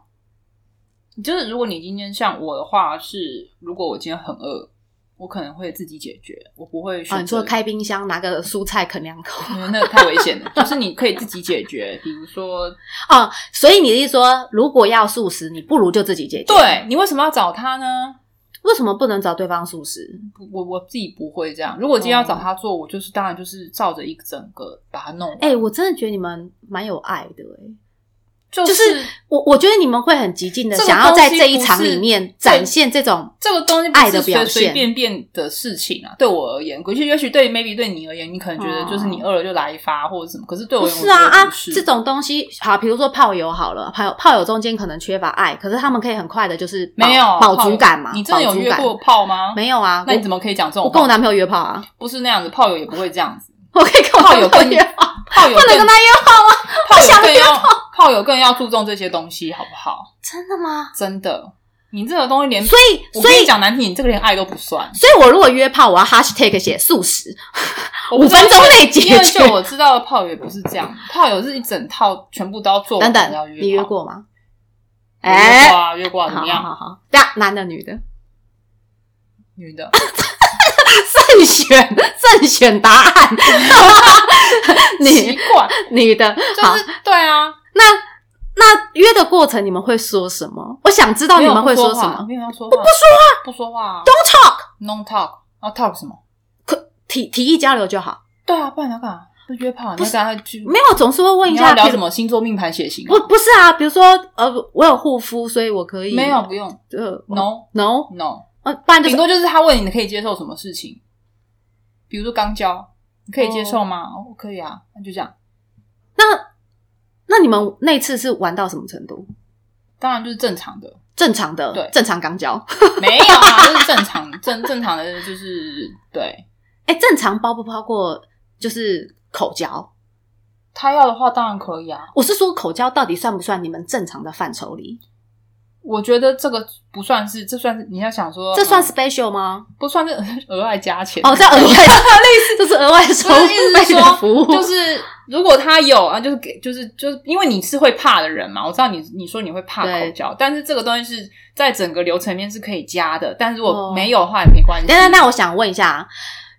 [SPEAKER 2] 就是如果你今天像我的话是，如果我今天很饿，我可能会自己解决，我不嗯会选
[SPEAKER 1] 啊，
[SPEAKER 2] 择。
[SPEAKER 1] 你说开冰箱拿个蔬菜啃两口
[SPEAKER 2] 因为那个太危险了。就是你可以自己解决，比如说，
[SPEAKER 1] 啊，所以你的意思说，如果要素食，你不如就自己解决。，
[SPEAKER 2] 对你为什么要找他呢？
[SPEAKER 1] 为什么不能找对方素食？
[SPEAKER 2] 不我我自己不会这样。如果今天要找他做，我就是当然就是照着一整个把它弄完。
[SPEAKER 1] 哎、我真的觉得你们蛮有爱的哎、
[SPEAKER 2] 就
[SPEAKER 1] 就是我我觉得你们会很激进的
[SPEAKER 2] 这个
[SPEAKER 1] 想要在
[SPEAKER 2] 东西
[SPEAKER 1] 这一
[SPEAKER 2] 不
[SPEAKER 1] 场
[SPEAKER 2] 是
[SPEAKER 1] 里面
[SPEAKER 2] 对
[SPEAKER 1] 展现这种
[SPEAKER 2] 这个东西不
[SPEAKER 1] 爱的
[SPEAKER 2] 是
[SPEAKER 1] 表
[SPEAKER 2] 随随
[SPEAKER 1] 现。
[SPEAKER 2] 便便的事情啊，对我而言，可是也许对 maybe 对你而言，你可能觉得就是你饿了就来一发或者什么，可是对我
[SPEAKER 1] 哦不
[SPEAKER 2] 而言，
[SPEAKER 1] 是啊
[SPEAKER 2] 我觉得
[SPEAKER 1] 啊
[SPEAKER 2] 不是！
[SPEAKER 1] 这种东西，好，比如说炮友好了，炮友炮友中间可能缺乏爱，可是他们可以很快的，就是饱
[SPEAKER 2] 没有
[SPEAKER 1] 饱
[SPEAKER 2] 炮
[SPEAKER 1] 足感嘛。
[SPEAKER 2] 你真的有
[SPEAKER 1] 饱足
[SPEAKER 2] 约
[SPEAKER 1] 感
[SPEAKER 2] 过炮吗？
[SPEAKER 1] 没有啊？
[SPEAKER 2] 那你怎
[SPEAKER 1] 么？
[SPEAKER 2] 么可以讲这种话？
[SPEAKER 1] 我跟我男朋友约炮啊，
[SPEAKER 2] 不是那样子，炮友也不会这样子，
[SPEAKER 1] 我可以跟我
[SPEAKER 2] 炮
[SPEAKER 1] 男
[SPEAKER 2] 友
[SPEAKER 1] 朋
[SPEAKER 2] 跟
[SPEAKER 1] 友约炮，
[SPEAKER 2] 炮友
[SPEAKER 1] 不能
[SPEAKER 2] 更
[SPEAKER 1] 跟 他约炮吗？
[SPEAKER 2] 炮
[SPEAKER 1] 想
[SPEAKER 2] 友更要炮友更要注重这些东西，好不好？
[SPEAKER 1] 真的吗？
[SPEAKER 2] 真的，你这个东西连
[SPEAKER 1] 所以
[SPEAKER 2] 我
[SPEAKER 1] 所
[SPEAKER 2] 跟你
[SPEAKER 1] 以
[SPEAKER 2] 讲难听，你这个连爱都不算。
[SPEAKER 1] 所以，我如果约炮，我要 hashtag 写素食，
[SPEAKER 2] 我不
[SPEAKER 1] 五
[SPEAKER 2] 知道
[SPEAKER 1] 分钟内解
[SPEAKER 2] 因为
[SPEAKER 1] 决
[SPEAKER 2] 就。我知道的炮友也不是这样，炮友是一整套全部都要做完
[SPEAKER 1] 等
[SPEAKER 2] 才要
[SPEAKER 1] 等，
[SPEAKER 2] 约
[SPEAKER 1] 你约
[SPEAKER 2] 炮
[SPEAKER 1] 过吗？
[SPEAKER 2] 我约
[SPEAKER 1] 哎
[SPEAKER 2] 过，啊，约过啊，怎
[SPEAKER 1] 好
[SPEAKER 2] 么
[SPEAKER 1] 好
[SPEAKER 2] 样？
[SPEAKER 1] 好好，对啊，男的女的。
[SPEAKER 2] 女 的，
[SPEAKER 1] 慎选慎选答 案，
[SPEAKER 2] 奇
[SPEAKER 1] 女
[SPEAKER 2] 怪，
[SPEAKER 1] 女的
[SPEAKER 2] 就
[SPEAKER 1] 好，
[SPEAKER 2] 是对啊，
[SPEAKER 1] 那那约的过程你们会说什么？我想知道
[SPEAKER 2] 没
[SPEAKER 1] 你
[SPEAKER 2] 有
[SPEAKER 1] 们会
[SPEAKER 2] 不
[SPEAKER 1] 说
[SPEAKER 2] 说
[SPEAKER 1] 什么。
[SPEAKER 2] 没有要说话，不说话，不说话，don't talk，no talk，要 talk 什么？
[SPEAKER 1] 提提议交流就好，
[SPEAKER 2] 对啊，不然你要干嘛？不约炮，你要跟他去，
[SPEAKER 1] 没有总是会问一
[SPEAKER 2] 你
[SPEAKER 1] 下，
[SPEAKER 2] 要聊
[SPEAKER 1] 比
[SPEAKER 2] 什
[SPEAKER 1] 如
[SPEAKER 2] 么星座命盘血型啊？
[SPEAKER 1] 不不是啊，比如说呃，我有护肤，所以我可以
[SPEAKER 2] 没有，不用
[SPEAKER 1] 呃
[SPEAKER 2] ，no
[SPEAKER 1] no，
[SPEAKER 2] no，
[SPEAKER 1] 呃，不然就
[SPEAKER 2] 顶
[SPEAKER 1] 是
[SPEAKER 2] 多就是他问你，你可以接受什么事情，比如说肛交，你可以接受吗？哦，可以啊，那就这样。
[SPEAKER 1] 那那你们那次是玩到什么程度？
[SPEAKER 2] 当然就是正常的，
[SPEAKER 1] 正常的，
[SPEAKER 2] 对
[SPEAKER 1] 正常刚交，
[SPEAKER 2] 没有啊，就是正常正正常的，就是对
[SPEAKER 1] 哎，正常包不包括就是口交？
[SPEAKER 2] 他要的话当然可以啊，
[SPEAKER 1] 我是说口交到底算不算你们正常的范畴里？
[SPEAKER 2] 我觉得这个不算是，这算是你要想说，
[SPEAKER 1] 这算
[SPEAKER 2] 嗯
[SPEAKER 1] special 吗？
[SPEAKER 2] 不算是额额外加钱？
[SPEAKER 1] 哦哦，这 额外这是额外收
[SPEAKER 2] 不是意思
[SPEAKER 1] 费
[SPEAKER 2] 是
[SPEAKER 1] 的
[SPEAKER 2] 说，
[SPEAKER 1] 服务，
[SPEAKER 2] 就是如果他有啊，就是给，就是就是因为你是会怕的人嘛，我知道你你说你会怕
[SPEAKER 1] 对
[SPEAKER 2] 口交，但是这个东西是在整个流程里面是可以加的，但如
[SPEAKER 1] 哦
[SPEAKER 2] 果没有的话也没关系。
[SPEAKER 1] 等等， 那我想问一下，啊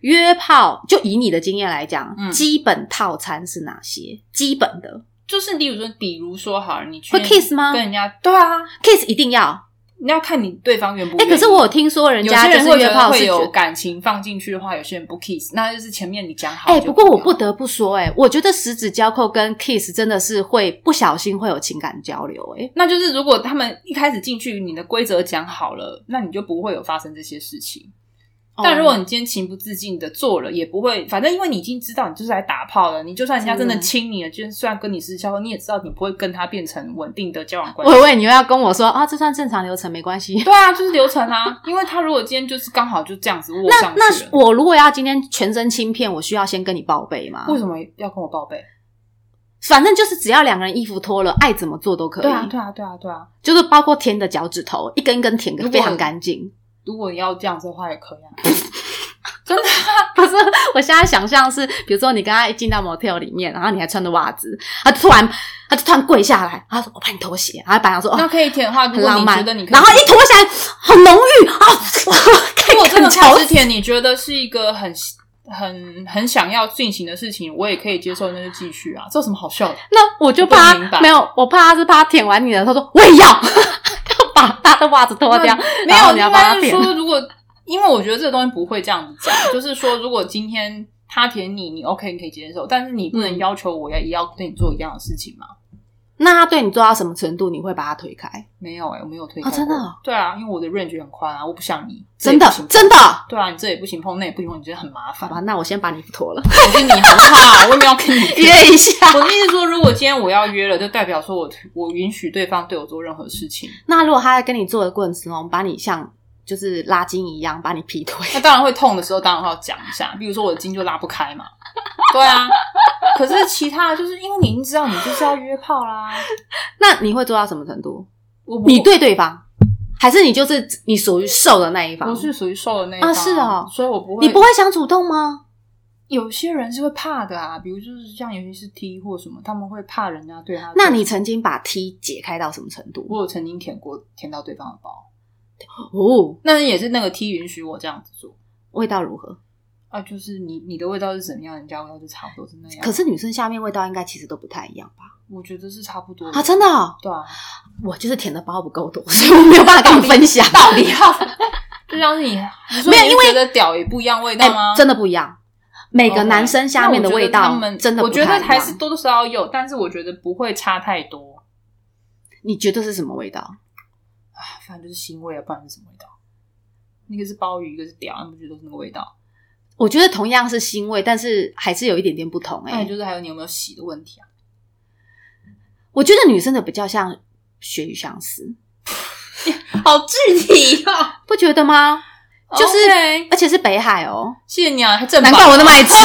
[SPEAKER 1] 约炮就以你的经验来讲，
[SPEAKER 2] 嗯
[SPEAKER 1] 基本套餐是哪些？基本的
[SPEAKER 2] 就是例如说，比如说好了，你去
[SPEAKER 1] 会 kiss 吗
[SPEAKER 2] 跟人家对啊，
[SPEAKER 1] kiss 一定要。
[SPEAKER 2] 你要看你对方愿不
[SPEAKER 1] 哎、
[SPEAKER 2] 愿意。
[SPEAKER 1] 可是我有听说人
[SPEAKER 2] 有
[SPEAKER 1] 家
[SPEAKER 2] 些
[SPEAKER 1] 就
[SPEAKER 2] 人
[SPEAKER 1] 是
[SPEAKER 2] 会
[SPEAKER 1] 约
[SPEAKER 2] 觉得
[SPEAKER 1] 炮
[SPEAKER 2] 会
[SPEAKER 1] 是
[SPEAKER 2] 有
[SPEAKER 1] 觉。
[SPEAKER 2] 感情放进去的话，有些人不 kiss，那就是前面你讲好。
[SPEAKER 1] 哎、不过我不，得不说、哎，我觉得十指交扣跟 kiss 真的是会不小心会有情感交流、哎，
[SPEAKER 2] 那就是如果他们一开始进去，你的规则讲好了，那你就不会有发生这些事情。但
[SPEAKER 1] 哦
[SPEAKER 2] 如果你今天情不自禁的做了，也不会，反正因为你已经知道你就是来打炮了，你就算人家真的
[SPEAKER 1] 嗯
[SPEAKER 2] 亲你了，就算跟你私交，你也知道你不会跟他变成稳定的交往关
[SPEAKER 1] 我
[SPEAKER 2] 系。
[SPEAKER 1] 以为哦你又要跟我说啊，这算正常流程，没关系。
[SPEAKER 2] 对啊，就是流程啊，因为他如果今天就是刚好就这样子握上
[SPEAKER 1] 那
[SPEAKER 2] 去
[SPEAKER 1] 那
[SPEAKER 2] 了，
[SPEAKER 1] 我如果要今天全身轻片，我需要先跟你报备吗？
[SPEAKER 2] 为什么要跟我报备？
[SPEAKER 1] 反正就是只要两个人衣服脱了，爱怎么做都可以。
[SPEAKER 2] 对啊，对啊，对啊，对啊。
[SPEAKER 1] 就是包括舔你的脚趾头，一根一根舔的
[SPEAKER 2] 如果
[SPEAKER 1] 非常干 净。
[SPEAKER 2] 如果要这样子的话，也可 以啊。真的，
[SPEAKER 1] 不是，我现在想象是，比如说你跟他一进到 motel 里面，然后你还穿着袜子，他突然他就突然跪下来，他说：“我帮你脱鞋。”然后白羊说：“
[SPEAKER 2] 那
[SPEAKER 1] 哦，
[SPEAKER 2] 可以舔的话，如
[SPEAKER 1] 很
[SPEAKER 2] 果
[SPEAKER 1] 浪
[SPEAKER 2] 你
[SPEAKER 1] 漫
[SPEAKER 2] 觉得你。”可以
[SPEAKER 1] 然后一脱下来，好浓郁啊！哇可以
[SPEAKER 2] 如果真的
[SPEAKER 1] 乔
[SPEAKER 2] 看之前你觉得是一个很很很想要进行的事情，我也可以接受，那就继续啊，这有什么好 笑的？
[SPEAKER 1] 那我就
[SPEAKER 2] 不
[SPEAKER 1] 怕
[SPEAKER 2] 明白
[SPEAKER 1] 他没有，我怕他是怕他舔完你了，他说我也要，要把他的袜子脱掉，
[SPEAKER 2] 没
[SPEAKER 1] 然
[SPEAKER 2] 有，
[SPEAKER 1] 后你要帮他
[SPEAKER 2] 应该是
[SPEAKER 1] 舔。
[SPEAKER 2] 说，如果因为我觉得这个东西不会这样子讲，就是说，如果今天他舔你，你 OK，你可以接受，但是你
[SPEAKER 1] 嗯
[SPEAKER 2] 不能要求我要也要对你做一样的事情嘛？
[SPEAKER 1] 那他对你做到什么程度，你会把他推开？
[SPEAKER 2] 没有哎、我没有推开
[SPEAKER 1] 啊
[SPEAKER 2] 过、
[SPEAKER 1] 真的哦
[SPEAKER 2] 对啊，因为我的 range 很宽啊，我不像你，
[SPEAKER 1] 真的
[SPEAKER 2] 这也不行碰
[SPEAKER 1] 真的，
[SPEAKER 2] 对啊，你这也不行碰，那也不行碰，你觉得很麻
[SPEAKER 1] 好
[SPEAKER 2] 烦。
[SPEAKER 1] 吧，那我先把你脱了，
[SPEAKER 2] 我跟你很好，我也没有跟你
[SPEAKER 1] 约一下。
[SPEAKER 2] 我的意思是说，如果今天我要约了，就代表说我我允许对方对我做任何事情，
[SPEAKER 1] 那如果他在跟你做的过程中，哦把你像就是拉筋一样把你劈 腿，
[SPEAKER 2] 那当然会痛的时候，当然会要讲一下，比如说我的筋就拉不开嘛，对啊。可是其他的就是因为你已经知道你就是要约炮啦，
[SPEAKER 1] 那你会做到什么程度？
[SPEAKER 2] 我不
[SPEAKER 1] 你对对方，还是你就是你属于受的那一方
[SPEAKER 2] 我？是属于瘦的那一方
[SPEAKER 1] 啊是哦
[SPEAKER 2] 所以我不会。
[SPEAKER 1] 你不会想主动吗？
[SPEAKER 2] 有些人是会怕的啊，比如就是像尤其是 T 或什么，他们会怕人家对他。
[SPEAKER 1] 那你曾经把 T 解开到什么程度？
[SPEAKER 2] 我有曾经舔过舔到对方的包，
[SPEAKER 1] 哦，
[SPEAKER 2] 那也是那个 T 允许我这样子做
[SPEAKER 1] 味道如何？
[SPEAKER 2] 啊，就是你你的味道是怎么样，人家味道就差不多是那样。
[SPEAKER 1] 可是女生下面味道应该其实都不太一样吧？
[SPEAKER 2] 我觉得是差不多
[SPEAKER 1] 啊，真的哦、
[SPEAKER 2] 对啊，
[SPEAKER 1] 我就是舔的包不够多，所以我没有办法跟你分享。到底要
[SPEAKER 2] 就像是你，你说
[SPEAKER 1] 没有
[SPEAKER 2] 你
[SPEAKER 1] 因
[SPEAKER 2] 就
[SPEAKER 1] 为
[SPEAKER 2] 觉得屌也不一样味道吗？
[SPEAKER 1] 哎真的不一样，哦每个
[SPEAKER 2] OK
[SPEAKER 1] 男生下面的味
[SPEAKER 2] 那我觉得
[SPEAKER 1] 道
[SPEAKER 2] 他们
[SPEAKER 1] 真的不太
[SPEAKER 2] 我
[SPEAKER 1] 一
[SPEAKER 2] 觉
[SPEAKER 1] 样
[SPEAKER 2] 得还是多多少少有，但是我觉得不会差太多。
[SPEAKER 1] 你觉得是什么味道？
[SPEAKER 2] 啊，反正就是腥味啊，不然是什么味道？一个是鲍鱼，一个是屌，你不觉得都是那个味道？
[SPEAKER 1] 我觉得同样是腥味，但是还是有一点点不同哎、
[SPEAKER 2] 还有就是还有你有没有洗的问题啊？
[SPEAKER 1] 我觉得女生的比较像血与相思，
[SPEAKER 2] 好具体 啊！
[SPEAKER 1] 不觉得吗？
[SPEAKER 2] 就
[SPEAKER 1] 就是是而且是北海哦，
[SPEAKER 2] 谢谢你啊，还正
[SPEAKER 1] 难怪我那么爱吃。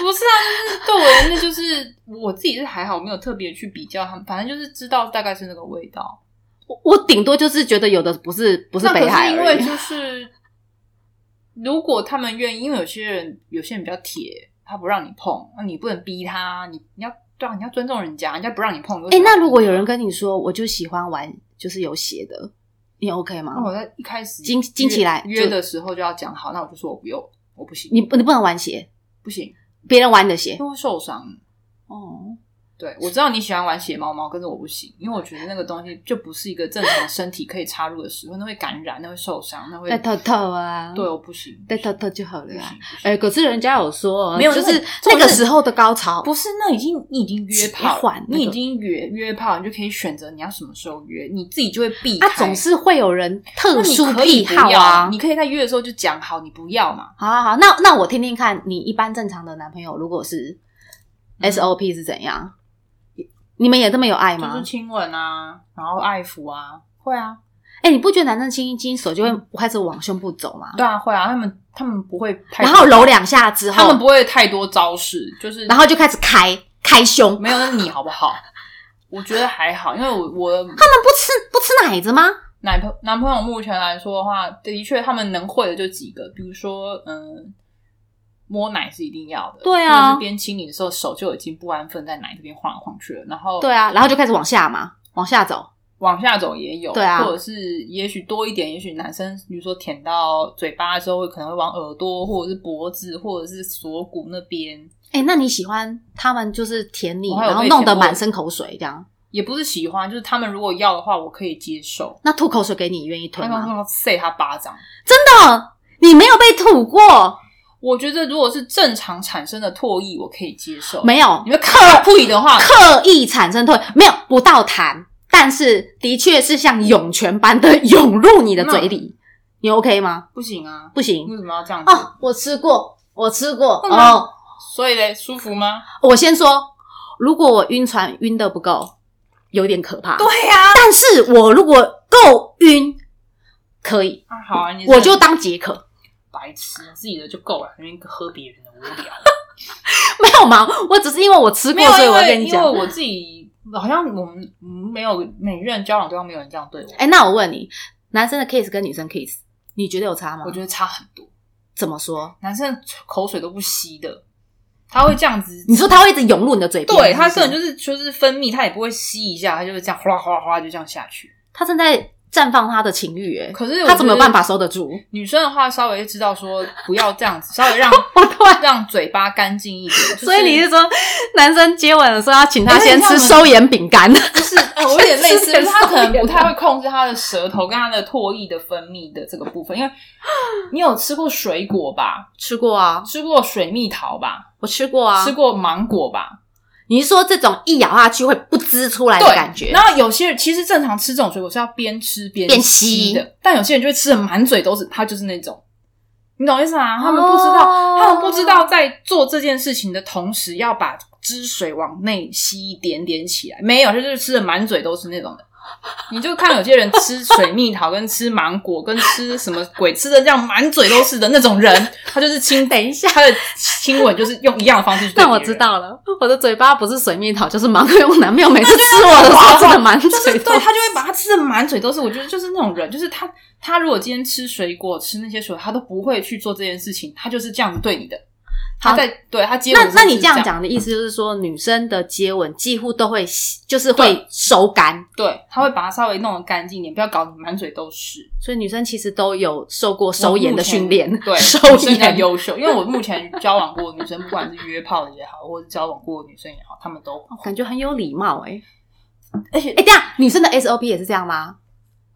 [SPEAKER 2] 不是啊，就是对我而言，那就是我自己是还好，没有特别去比较他们，反正就是知道大概是那个味道。
[SPEAKER 1] 我我顶多就是觉得有的不是不是
[SPEAKER 2] 那可
[SPEAKER 1] 北海
[SPEAKER 2] 因
[SPEAKER 1] 而
[SPEAKER 2] 为
[SPEAKER 1] 已，
[SPEAKER 2] 就是，如果他们愿意，因为有些人有些人比较铁，他不让你碰，那你不能逼他，你你要对啊，你要尊重人家，人家不让你碰。哎
[SPEAKER 1] 哎、那如果有人跟你说我就喜欢玩就是有血的，你 OK 吗？
[SPEAKER 2] 那我在一开始
[SPEAKER 1] 惊
[SPEAKER 2] 约
[SPEAKER 1] 惊起来
[SPEAKER 2] 约
[SPEAKER 1] 就
[SPEAKER 2] 的时候就要讲好，那我就说我不用，我不行，
[SPEAKER 1] 你不你不能玩血，
[SPEAKER 2] 不行，
[SPEAKER 1] 别人玩你的血
[SPEAKER 2] 因为会受伤。
[SPEAKER 1] 哦。
[SPEAKER 2] 对，我知道你喜欢玩血猫猫，可是我不行，因为我觉得那个东西就不是一个正常身体可以插入的时候，那会感染，那会受伤，那会
[SPEAKER 1] 戴头套啊，
[SPEAKER 2] 对，我不行，
[SPEAKER 1] 戴头套就好了
[SPEAKER 2] 不行。
[SPEAKER 1] 啊。
[SPEAKER 2] 不行
[SPEAKER 1] 哎、可是人家有说哦，
[SPEAKER 2] 没有
[SPEAKER 1] 就
[SPEAKER 2] 那个
[SPEAKER 1] 是那
[SPEAKER 2] 重
[SPEAKER 1] 个
[SPEAKER 2] 点
[SPEAKER 1] 时候的高潮，
[SPEAKER 2] 不是，那已经你已经约炮
[SPEAKER 1] 迟缓
[SPEAKER 2] 了，
[SPEAKER 1] 那个
[SPEAKER 2] 你已经约约炮，你就可以选择你要什么时候约，你自己就会避开。
[SPEAKER 1] 啊，总是会有人特
[SPEAKER 2] 那你
[SPEAKER 1] 殊
[SPEAKER 2] 可
[SPEAKER 1] 癖
[SPEAKER 2] 以不
[SPEAKER 1] 好
[SPEAKER 2] 要
[SPEAKER 1] 啊。
[SPEAKER 2] 你可以在约的时候就讲好，你不要嘛。
[SPEAKER 1] 好好好，那那我听听看，你一般正常的男朋友如果是
[SPEAKER 2] 嗯
[SPEAKER 1] SOP 是怎样？你们也这么有爱
[SPEAKER 2] 就
[SPEAKER 1] 吗
[SPEAKER 2] 是？亲吻啊，然后爱抚啊，会啊，
[SPEAKER 1] 哎、你不觉得男生亲一亲手就会开始往胸部走吗？
[SPEAKER 2] 对啊，会啊，他们他们不会太，
[SPEAKER 1] 然后揉，两下之
[SPEAKER 2] 他们
[SPEAKER 1] 后，
[SPEAKER 2] 不会太多招式，就是
[SPEAKER 1] 然后就开始开开胸。
[SPEAKER 2] 没有那你好 不好？我觉得还好，因为我我
[SPEAKER 1] 他们不吃不吃奶子吗？
[SPEAKER 2] 男朋男朋友目前来说的话，的确他们能会的就几个，比如说，嗯，摸奶是一定要的，
[SPEAKER 1] 对啊
[SPEAKER 2] 或者是边亲你的时候手就已经不安分在奶这边晃来晃去了，然后
[SPEAKER 1] 对啊，然后就开始往下嘛，往下走。
[SPEAKER 2] 往下走也有，
[SPEAKER 1] 对啊
[SPEAKER 2] 或者是也许多一点，也许男生比如说舔到嘴巴的时候，会可能会往耳朵或者是脖子或者是锁骨那边，
[SPEAKER 1] 哎、那你喜欢他们就是舔你，
[SPEAKER 2] 我还有
[SPEAKER 1] 然后
[SPEAKER 2] 被
[SPEAKER 1] 弄
[SPEAKER 2] 舔
[SPEAKER 1] 得
[SPEAKER 2] 过
[SPEAKER 1] 满身口水这样？
[SPEAKER 2] 也不是喜欢，就是他们如果要的话，我可以接受。
[SPEAKER 1] 那吐口水给你，你愿意
[SPEAKER 2] 他
[SPEAKER 1] 吞
[SPEAKER 2] 刚
[SPEAKER 1] 吗？
[SPEAKER 2] 刚塞他巴掌，
[SPEAKER 1] 哦，你没有被吐过，
[SPEAKER 2] 我觉得如果是正常产生的唾液，我可以接受。
[SPEAKER 1] 没有
[SPEAKER 2] 你们看不以的话，
[SPEAKER 1] 刻意产生唾，没有不到痰，但是的确是像涌泉般的涌入你的嘴
[SPEAKER 2] 嗯
[SPEAKER 1] 里，你 OK 吗？
[SPEAKER 2] 不行啊，
[SPEAKER 1] 不行
[SPEAKER 2] 为什么要这样子？
[SPEAKER 1] 哦，我吃过，我吃过
[SPEAKER 2] 真的吗
[SPEAKER 1] 哦。
[SPEAKER 2] 所以嘞，舒服吗？
[SPEAKER 1] 我先说，如果我晕船晕的不够，有点可怕。
[SPEAKER 2] 呀、
[SPEAKER 1] 但是我如果够晕，可以，
[SPEAKER 2] 啊，好啊，你
[SPEAKER 1] 我就当解渴。
[SPEAKER 2] 白痴，自己的就够了，因为喝别人的无聊。
[SPEAKER 1] 没有嘛，我只是因为我吃过，所以我要跟你
[SPEAKER 2] 因为
[SPEAKER 1] 讲。
[SPEAKER 2] 我自己好像我们嗯没有每任交往对方没有人这样对我，
[SPEAKER 1] 哎、那我问你，男生的 kiss 跟女生 kiss，你觉得有差吗？
[SPEAKER 2] 我觉得差很多。
[SPEAKER 1] 怎么说？
[SPEAKER 2] 男生口水都不吸的，他会这样子，
[SPEAKER 1] 你说他会一直涌入你的嘴边？
[SPEAKER 2] 对他
[SPEAKER 1] 是
[SPEAKER 2] 可
[SPEAKER 1] 不
[SPEAKER 2] 能
[SPEAKER 1] 是
[SPEAKER 2] 就是就是分泌，他也不会吸一下，他就是这样哗啦哗啦哗啦就这样下去。
[SPEAKER 1] 他正在绽放他的情欲、欸，
[SPEAKER 2] 可是
[SPEAKER 1] 他怎么有办法？收得住？
[SPEAKER 2] 女生的话，稍微知道说不要这样子， 稍微让
[SPEAKER 1] 我突然，
[SPEAKER 2] 让嘴巴干净一 点。就是
[SPEAKER 1] 所以你是说男生接吻的时候要请他
[SPEAKER 2] 有点
[SPEAKER 1] 先
[SPEAKER 2] 像
[SPEAKER 1] 吃
[SPEAKER 2] 我们
[SPEAKER 1] 收盐饼干？
[SPEAKER 2] 不是，呃我有点类似，
[SPEAKER 1] 是
[SPEAKER 2] 他可能不太会控制他的舌头跟他的唾液的分泌的这个部分，因为你有吃过水果吧？
[SPEAKER 1] 吃过啊，
[SPEAKER 2] 吃过水蜜桃吧？
[SPEAKER 1] 我吃过啊
[SPEAKER 2] 吃。过芒果吧？
[SPEAKER 1] 你是说这种一咬下去会不滋出来的
[SPEAKER 2] 对
[SPEAKER 1] 感觉
[SPEAKER 2] 然？后有些人其实正常吃这种水果是要边吃边
[SPEAKER 1] 边
[SPEAKER 2] 吸
[SPEAKER 1] 吸
[SPEAKER 2] 的，但有些人就会吃的满嘴都是，他就是那种，你懂我意思吗？他们不知道，
[SPEAKER 1] 哦
[SPEAKER 2] 他们不知道在做这件事情的同时要把。汁水往内吸一点点起来，没有，就是吃的满嘴都是那种的。你就看有些人吃水蜜桃，跟吃芒果，跟吃什么鬼，吃的这样满嘴都是的那种人，他就是亲，
[SPEAKER 1] 等一下
[SPEAKER 2] 他的亲吻就是用一样的方式去对别
[SPEAKER 1] 但
[SPEAKER 2] 人。
[SPEAKER 1] 我知道了， 我的嘴巴不是水蜜桃就是芒果。我男朋友每次吃我的时候，真的满
[SPEAKER 2] 就是
[SPEAKER 1] 嘴
[SPEAKER 2] 对
[SPEAKER 1] 都
[SPEAKER 2] 他就会把它吃的满嘴都是。我觉得就是那种人，就是他他如果今天吃水果吃那些水果，他都不会去做这件事情，他就是这样子对你的。他
[SPEAKER 1] 好
[SPEAKER 2] 在对他接吻
[SPEAKER 1] 那
[SPEAKER 2] 的时候
[SPEAKER 1] 那你
[SPEAKER 2] 就是
[SPEAKER 1] 这
[SPEAKER 2] 这
[SPEAKER 1] 样，讲的意思就是说，女生的接吻几乎都会吸，就是会收干，
[SPEAKER 2] 对，他会把它稍微弄得干净一点，不要搞你满嘴都是。
[SPEAKER 1] 所以女生其实都有受过 收眼的训练
[SPEAKER 2] 我嗯 目，前对，
[SPEAKER 1] 收
[SPEAKER 2] 女生比较
[SPEAKER 1] 眼。
[SPEAKER 2] 优秀，因为我目前交往过的女生，不管是约炮的也好，或者交往过的女生也好，她们都
[SPEAKER 1] 感觉很有礼貌哎、欸、
[SPEAKER 2] 而且
[SPEAKER 1] 哎、这样女生的 SOP 也是这样吗？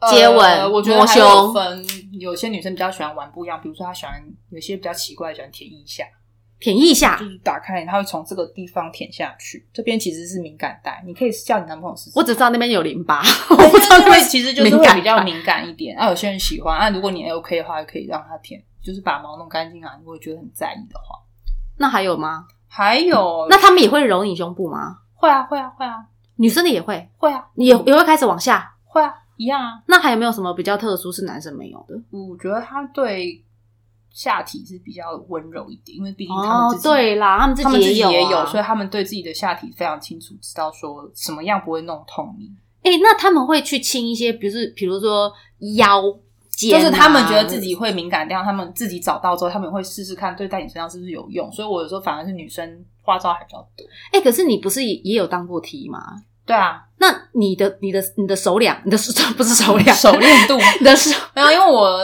[SPEAKER 1] 接吻
[SPEAKER 2] 呃我觉得
[SPEAKER 1] 摸
[SPEAKER 2] 还有
[SPEAKER 1] 胸
[SPEAKER 2] 分，有些女生比较喜欢玩不一样，比如说她喜欢有些比较奇怪，喜欢舔腋下。
[SPEAKER 1] 舔一下
[SPEAKER 2] 就，是打开，它会从这个地方舔下去。这边其实是敏感带，你可以叫你男朋友试试。
[SPEAKER 1] 我只知道那边有淋 巴，
[SPEAKER 2] 对
[SPEAKER 1] 我不知道
[SPEAKER 2] 因
[SPEAKER 1] 那
[SPEAKER 2] 为
[SPEAKER 1] 边
[SPEAKER 2] 其实就是
[SPEAKER 1] 敏
[SPEAKER 2] 会
[SPEAKER 1] 感
[SPEAKER 2] 比较
[SPEAKER 1] 带
[SPEAKER 2] 敏感一点。啊，有些人喜欢啊，如果你 OK 的话，也可以让他舔，就是把毛弄干净啊。如果觉得很在意的话，
[SPEAKER 1] 那还有吗？
[SPEAKER 2] 还有
[SPEAKER 1] 嗯那他们也会揉你胸部吗？
[SPEAKER 2] 会啊会啊会啊
[SPEAKER 1] 女生的也会，
[SPEAKER 2] 会啊
[SPEAKER 1] 也也会开始往下。
[SPEAKER 2] 会啊一样啊。
[SPEAKER 1] 那还有没有什么比较特殊是男生没有的？
[SPEAKER 2] 我觉得他对下体是比较温柔一点，因为毕竟他们
[SPEAKER 1] 哦
[SPEAKER 2] 自，己、
[SPEAKER 1] 对啦，他们自
[SPEAKER 2] 他们自
[SPEAKER 1] 己
[SPEAKER 2] 己
[SPEAKER 1] 有、啊，
[SPEAKER 2] 也有，所以他们对自己的下体非常清楚，知道说什么样不会弄痛你。
[SPEAKER 1] 哎、那他们会去亲一些，比如是比如说腰、肩、啊
[SPEAKER 2] 就是他们觉得自己会敏感掉，他们自己找到之后，他们会试试看对在你身上是不是有用。所以我有时候反而是女生花招还比较多。
[SPEAKER 1] 哎、可是你不是也也有当过 T 吗？
[SPEAKER 2] 对啊，
[SPEAKER 1] 那你的你的你的手两，你的手 不是手两，
[SPEAKER 2] 熟练 度
[SPEAKER 1] 你的手
[SPEAKER 2] 没有，因为我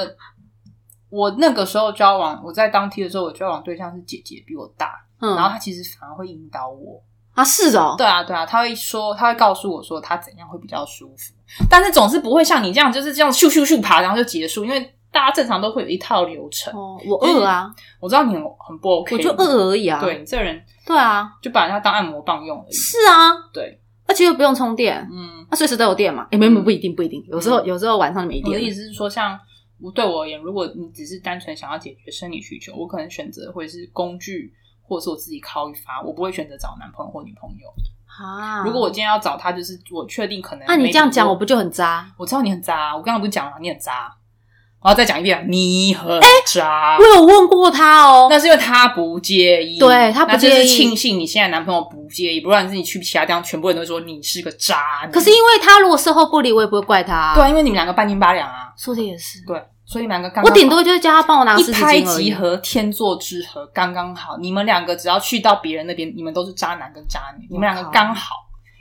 [SPEAKER 2] 我那个时候交往，我在当 T 的时候，我交往对象是姐姐比我大，
[SPEAKER 1] 嗯
[SPEAKER 2] 然后她其实反而会引导我。
[SPEAKER 1] 啊是哦，
[SPEAKER 2] 对啊，对啊，她会说，她会告诉我说她怎样会比较舒服，但是总是不会像你这样就是这样咻咻咻爬，然后就结束，因为大家正常都会有一套流程。
[SPEAKER 1] 哦，我饿啊，
[SPEAKER 2] 我知道你很很不 OK，
[SPEAKER 1] 我就饿而已啊，
[SPEAKER 2] 对你这个人
[SPEAKER 1] 对啊，
[SPEAKER 2] 就把人家当按摩棒用而已。
[SPEAKER 1] 是啊，
[SPEAKER 2] 对，
[SPEAKER 1] 而且又不用充电，
[SPEAKER 2] 嗯，
[SPEAKER 1] 那随时都有电嘛？哎、没没不一定不一定，有时候有时候晚上就没
[SPEAKER 2] 我的
[SPEAKER 1] 电
[SPEAKER 2] 意
[SPEAKER 1] 了，
[SPEAKER 2] 思是说，像我对我而言，如果你只是单纯想要解决生理需求，我可能选择会是工具，或者是我自己靠一发，我不会选择找男朋友或女朋友。
[SPEAKER 1] 啊，
[SPEAKER 2] 如果我今天要找他，就是我确定可能。
[SPEAKER 1] 那、你这样讲，我不就很渣？
[SPEAKER 2] 我知道你很渣、啊我刚刚不是讲了，你很渣、啊我要再讲一遍啊，你很
[SPEAKER 1] 哎
[SPEAKER 2] 渣。
[SPEAKER 1] 我有问过他哦，
[SPEAKER 2] 那是因为他不介意，
[SPEAKER 1] 对他不介意
[SPEAKER 2] 那就是庆幸你现在男朋友不介意，不然是你去其他地方，全部人都会说你是个渣女。
[SPEAKER 1] 可是因为他如果事后不理，我也不会怪他、啊，
[SPEAKER 2] 对啊，因为你们两个半斤八两啊，
[SPEAKER 1] 说的也是，
[SPEAKER 2] 对，所以你们两个刚
[SPEAKER 1] 我
[SPEAKER 2] 刚
[SPEAKER 1] 顶
[SPEAKER 2] 好
[SPEAKER 1] 多就是叫他帮我拿个湿
[SPEAKER 2] 一
[SPEAKER 1] 纸
[SPEAKER 2] 拍
[SPEAKER 1] 巾而已
[SPEAKER 2] 即。合，天作之合，刚刚好。你们两个只要去到别人那边，你们都是渣男跟渣女，你们两个刚好。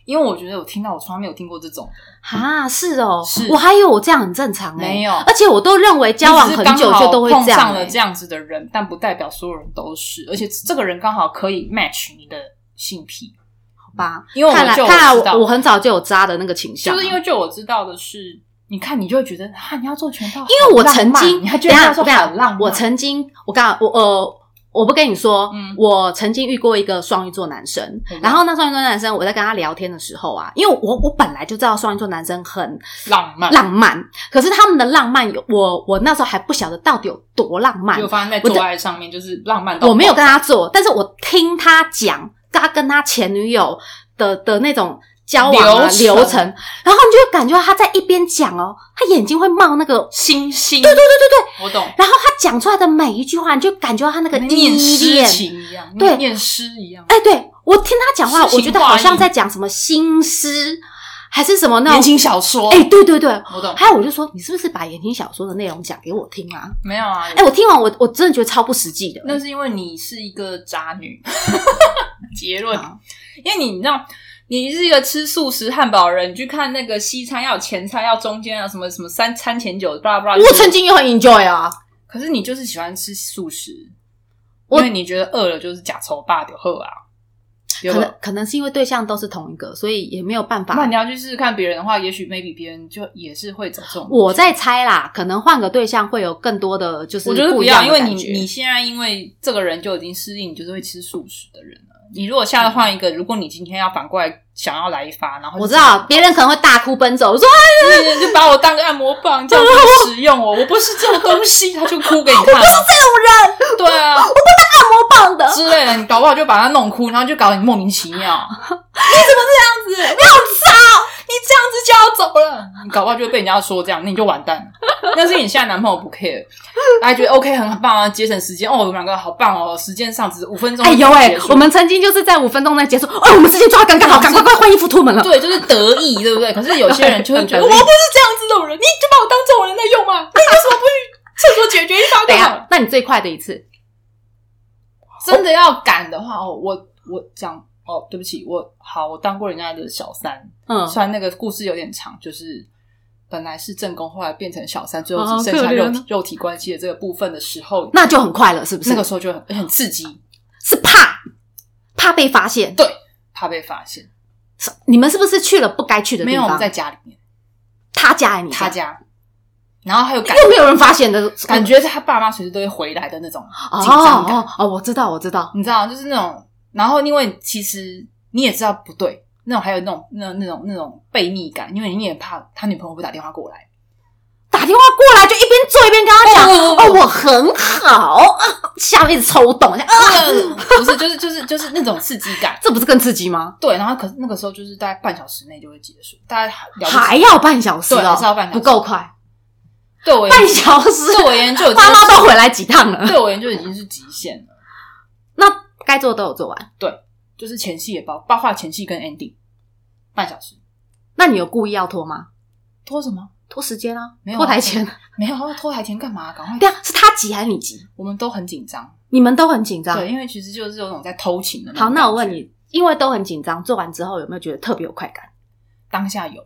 [SPEAKER 2] 因为我觉得我听到，我从来没有听过这种，
[SPEAKER 1] 啊，是哦，
[SPEAKER 2] 是
[SPEAKER 1] 我还以为我这样很正常哎、
[SPEAKER 2] 没有
[SPEAKER 1] 而且我都认为交往很久就都会
[SPEAKER 2] 你只是刚好碰
[SPEAKER 1] 这样、
[SPEAKER 2] 上
[SPEAKER 1] 欸
[SPEAKER 2] 了这样子的人，但不代表所有人都是，而且这个人刚好可以 match 你的性癖，
[SPEAKER 1] 好吧？
[SPEAKER 2] 因为我
[SPEAKER 1] 看来
[SPEAKER 2] 就
[SPEAKER 1] 看来
[SPEAKER 2] 知道，
[SPEAKER 1] 我我很早就有渣的那个倾向
[SPEAKER 2] 就
[SPEAKER 1] 啊，
[SPEAKER 2] 是因为就我知道的是，你看你就会觉得啊，你要做全套好浪漫，
[SPEAKER 1] 因为我曾经，
[SPEAKER 2] 你还觉
[SPEAKER 1] 等
[SPEAKER 2] 得
[SPEAKER 1] 一下
[SPEAKER 2] 要做
[SPEAKER 1] 我跟你
[SPEAKER 2] 好浪漫
[SPEAKER 1] 讲，我曾经，我刚我呃。我不跟你说，
[SPEAKER 2] 嗯
[SPEAKER 1] 我曾经遇过一个双鱼座男生，
[SPEAKER 2] 嗯
[SPEAKER 1] 然后那双鱼座男生，我在跟他聊天的时候啊，因为我我本来就知道双鱼座男生很
[SPEAKER 2] 浪漫，
[SPEAKER 1] 浪漫，可是他们的浪漫有我我那时候还不晓得到底有多浪漫
[SPEAKER 2] 就，发现在
[SPEAKER 1] 我
[SPEAKER 2] 做
[SPEAKER 1] 这
[SPEAKER 2] 爱上面就是浪漫到
[SPEAKER 1] 我没有
[SPEAKER 2] 爆
[SPEAKER 1] 跟他做，但是我听他讲他跟他前女友的的那种交往啊
[SPEAKER 2] 流程
[SPEAKER 1] 流程，然后你就会感觉到他在一边讲哦，他眼睛会冒那个。
[SPEAKER 2] 星星，对对对对对，我懂。
[SPEAKER 1] 然后他讲出来的每一句话，你就感觉到他那个依
[SPEAKER 2] 念诗
[SPEAKER 1] 恋。
[SPEAKER 2] 情一样，
[SPEAKER 1] 对
[SPEAKER 2] 念诗一样。
[SPEAKER 1] 哎，对我听他讲话，
[SPEAKER 2] 诗情
[SPEAKER 1] 我觉得
[SPEAKER 2] 画
[SPEAKER 1] 好
[SPEAKER 2] 意
[SPEAKER 1] 像在讲什么新诗，还是什么那
[SPEAKER 2] 言
[SPEAKER 1] 种。
[SPEAKER 2] 情小说，
[SPEAKER 1] 哎，对对对。
[SPEAKER 2] 我懂，
[SPEAKER 1] 还有，我就说你是不是把言情小说的内容讲给我听啊？
[SPEAKER 2] 没有啊？
[SPEAKER 1] 哎，我听完我我真的觉得超不实际的。
[SPEAKER 2] 那是因为你是一个渣女。结论
[SPEAKER 1] 好，
[SPEAKER 2] 因为你知道，你是一个吃素食汉堡人，你去看那个西餐要有前菜，要中间啊，什么什么三餐前酒，巴拉巴拉。
[SPEAKER 1] 我曾经也很 enjoy 啊，
[SPEAKER 2] 可是你就是喜欢吃素食，
[SPEAKER 1] 我
[SPEAKER 2] 因为你觉得饿了就是假愁霸的喝啊。对
[SPEAKER 1] 可
[SPEAKER 2] 吧
[SPEAKER 1] 能可能是因为对象都是同一个，所以也没有办
[SPEAKER 2] 那
[SPEAKER 1] 法
[SPEAKER 2] 你。要去试试看别人的话，也许 maybe 别人就也是会走这种。
[SPEAKER 1] 我在猜啦，可能换个对象会有更多的就是
[SPEAKER 2] 我觉得
[SPEAKER 1] 不
[SPEAKER 2] 不
[SPEAKER 1] 一
[SPEAKER 2] 要，
[SPEAKER 1] 样
[SPEAKER 2] 因
[SPEAKER 1] 的
[SPEAKER 2] 为
[SPEAKER 1] 感觉，
[SPEAKER 2] 你你现在因为这个人就已经适应，你就是会吃素食的人了。你如果下次换一个，如果你今天要反过来想要来一发，然后就
[SPEAKER 1] 嗯我知道别人可能会大哭奔走，我说
[SPEAKER 2] 你就把我当个按摩棒这样子使用我，我不是这种东西，他就哭给你看、啊，
[SPEAKER 1] 这种人
[SPEAKER 2] 对啊
[SPEAKER 1] 多棒的， 你
[SPEAKER 2] 之类的，你搞不好就把他弄哭，然后就搞你莫名其妙，你怎么这样子？
[SPEAKER 1] 好吵，
[SPEAKER 2] 你这样子就要走了，你搞不好就会被人家说这样，那你就完蛋 了。但是你现在男朋友不 care，还觉得 OK 很棒啊，节省时间哦，我们两个好棒哦，时间上只是五分钟
[SPEAKER 1] 哎
[SPEAKER 2] 就结
[SPEAKER 1] 呦
[SPEAKER 2] 束。
[SPEAKER 1] 哎，我们曾经就是在五分钟内结束，哦，我们时间抓得刚刚好，赶快快换衣服出门了。
[SPEAKER 2] 对啊就是得意，对不对？可是有些人就会觉
[SPEAKER 1] 对
[SPEAKER 2] 得 我不是这样子的人，你就把我当这种人在用嘛，那你为什么不去厕所解决一发
[SPEAKER 1] 等
[SPEAKER 2] 就
[SPEAKER 1] 一
[SPEAKER 2] 好了
[SPEAKER 1] 下？，啊那你最快的一次，
[SPEAKER 2] 真的要赶的话，哦，我我讲哦，对不起，我好，我当过人家的小三，
[SPEAKER 1] 嗯，
[SPEAKER 2] 虽然那个故事有点长，就是本来是正宫，后来变成小三，最后
[SPEAKER 1] 哦
[SPEAKER 2] 只剩下
[SPEAKER 1] 可
[SPEAKER 2] 肉
[SPEAKER 1] 怜
[SPEAKER 2] 体肉体关系的这个部分的时候，
[SPEAKER 1] 那就很快了，是不是？
[SPEAKER 2] 那个时候就很很刺激，
[SPEAKER 1] 是怕怕被发现，
[SPEAKER 2] 怕被发现。
[SPEAKER 1] 是你们是不是去了不该去的
[SPEAKER 2] 没
[SPEAKER 1] 地
[SPEAKER 2] 有，我们
[SPEAKER 1] 方？
[SPEAKER 2] 在家里面，
[SPEAKER 1] 他家还是你
[SPEAKER 2] 他家，然后还有感
[SPEAKER 1] 又没有人发现的
[SPEAKER 2] 感觉他爸妈随时都会回来的那种
[SPEAKER 1] 哦
[SPEAKER 2] 紧张感，
[SPEAKER 1] 哦哦，我知道我知道，
[SPEAKER 2] 你知道，就是那种，然后因为其实你也知道不对，那种还有那种那那种那种悖逆感，因为你也怕他女朋友会打电话过来。
[SPEAKER 1] 打电话过来就一边做一边跟他讲，
[SPEAKER 2] 哦
[SPEAKER 1] 哦，我很好，啊下面一直抽动，啊，
[SPEAKER 2] 不是，就是就是就是那种刺激感。
[SPEAKER 1] 这不是更刺激吗？
[SPEAKER 2] 对，然后可是那个时候就是大概半小时内就会结束，大概了不
[SPEAKER 1] 还
[SPEAKER 2] 起。
[SPEAKER 1] 要半小时
[SPEAKER 2] 对还是要
[SPEAKER 1] 哦，
[SPEAKER 2] 半小时
[SPEAKER 1] 不够快，
[SPEAKER 2] 对我而言
[SPEAKER 1] 半小时，
[SPEAKER 2] 对我而言就已经
[SPEAKER 1] 爸妈
[SPEAKER 2] 是
[SPEAKER 1] 都回来几趟了，
[SPEAKER 2] 对我而言就已经是极限了，
[SPEAKER 1] 那该做的都有做完。
[SPEAKER 2] 就是前戏也包包括前戏跟 ending，半小时
[SPEAKER 1] 那你有故意要拖吗？
[SPEAKER 2] 拖什么？
[SPEAKER 1] 拖时间啊
[SPEAKER 2] 没，有啊
[SPEAKER 1] 拖台前。
[SPEAKER 2] 没有啊拖台前干嘛？赶快！
[SPEAKER 1] 对啊，是他急还是你急？
[SPEAKER 2] 我们都很紧张，
[SPEAKER 1] 你们都很紧张。
[SPEAKER 2] 对，因为其实就是有种在偷情的。
[SPEAKER 1] 啊好，那我问，你，因为都很紧张，做完之后有没有觉得特别有快感？
[SPEAKER 2] 当下有，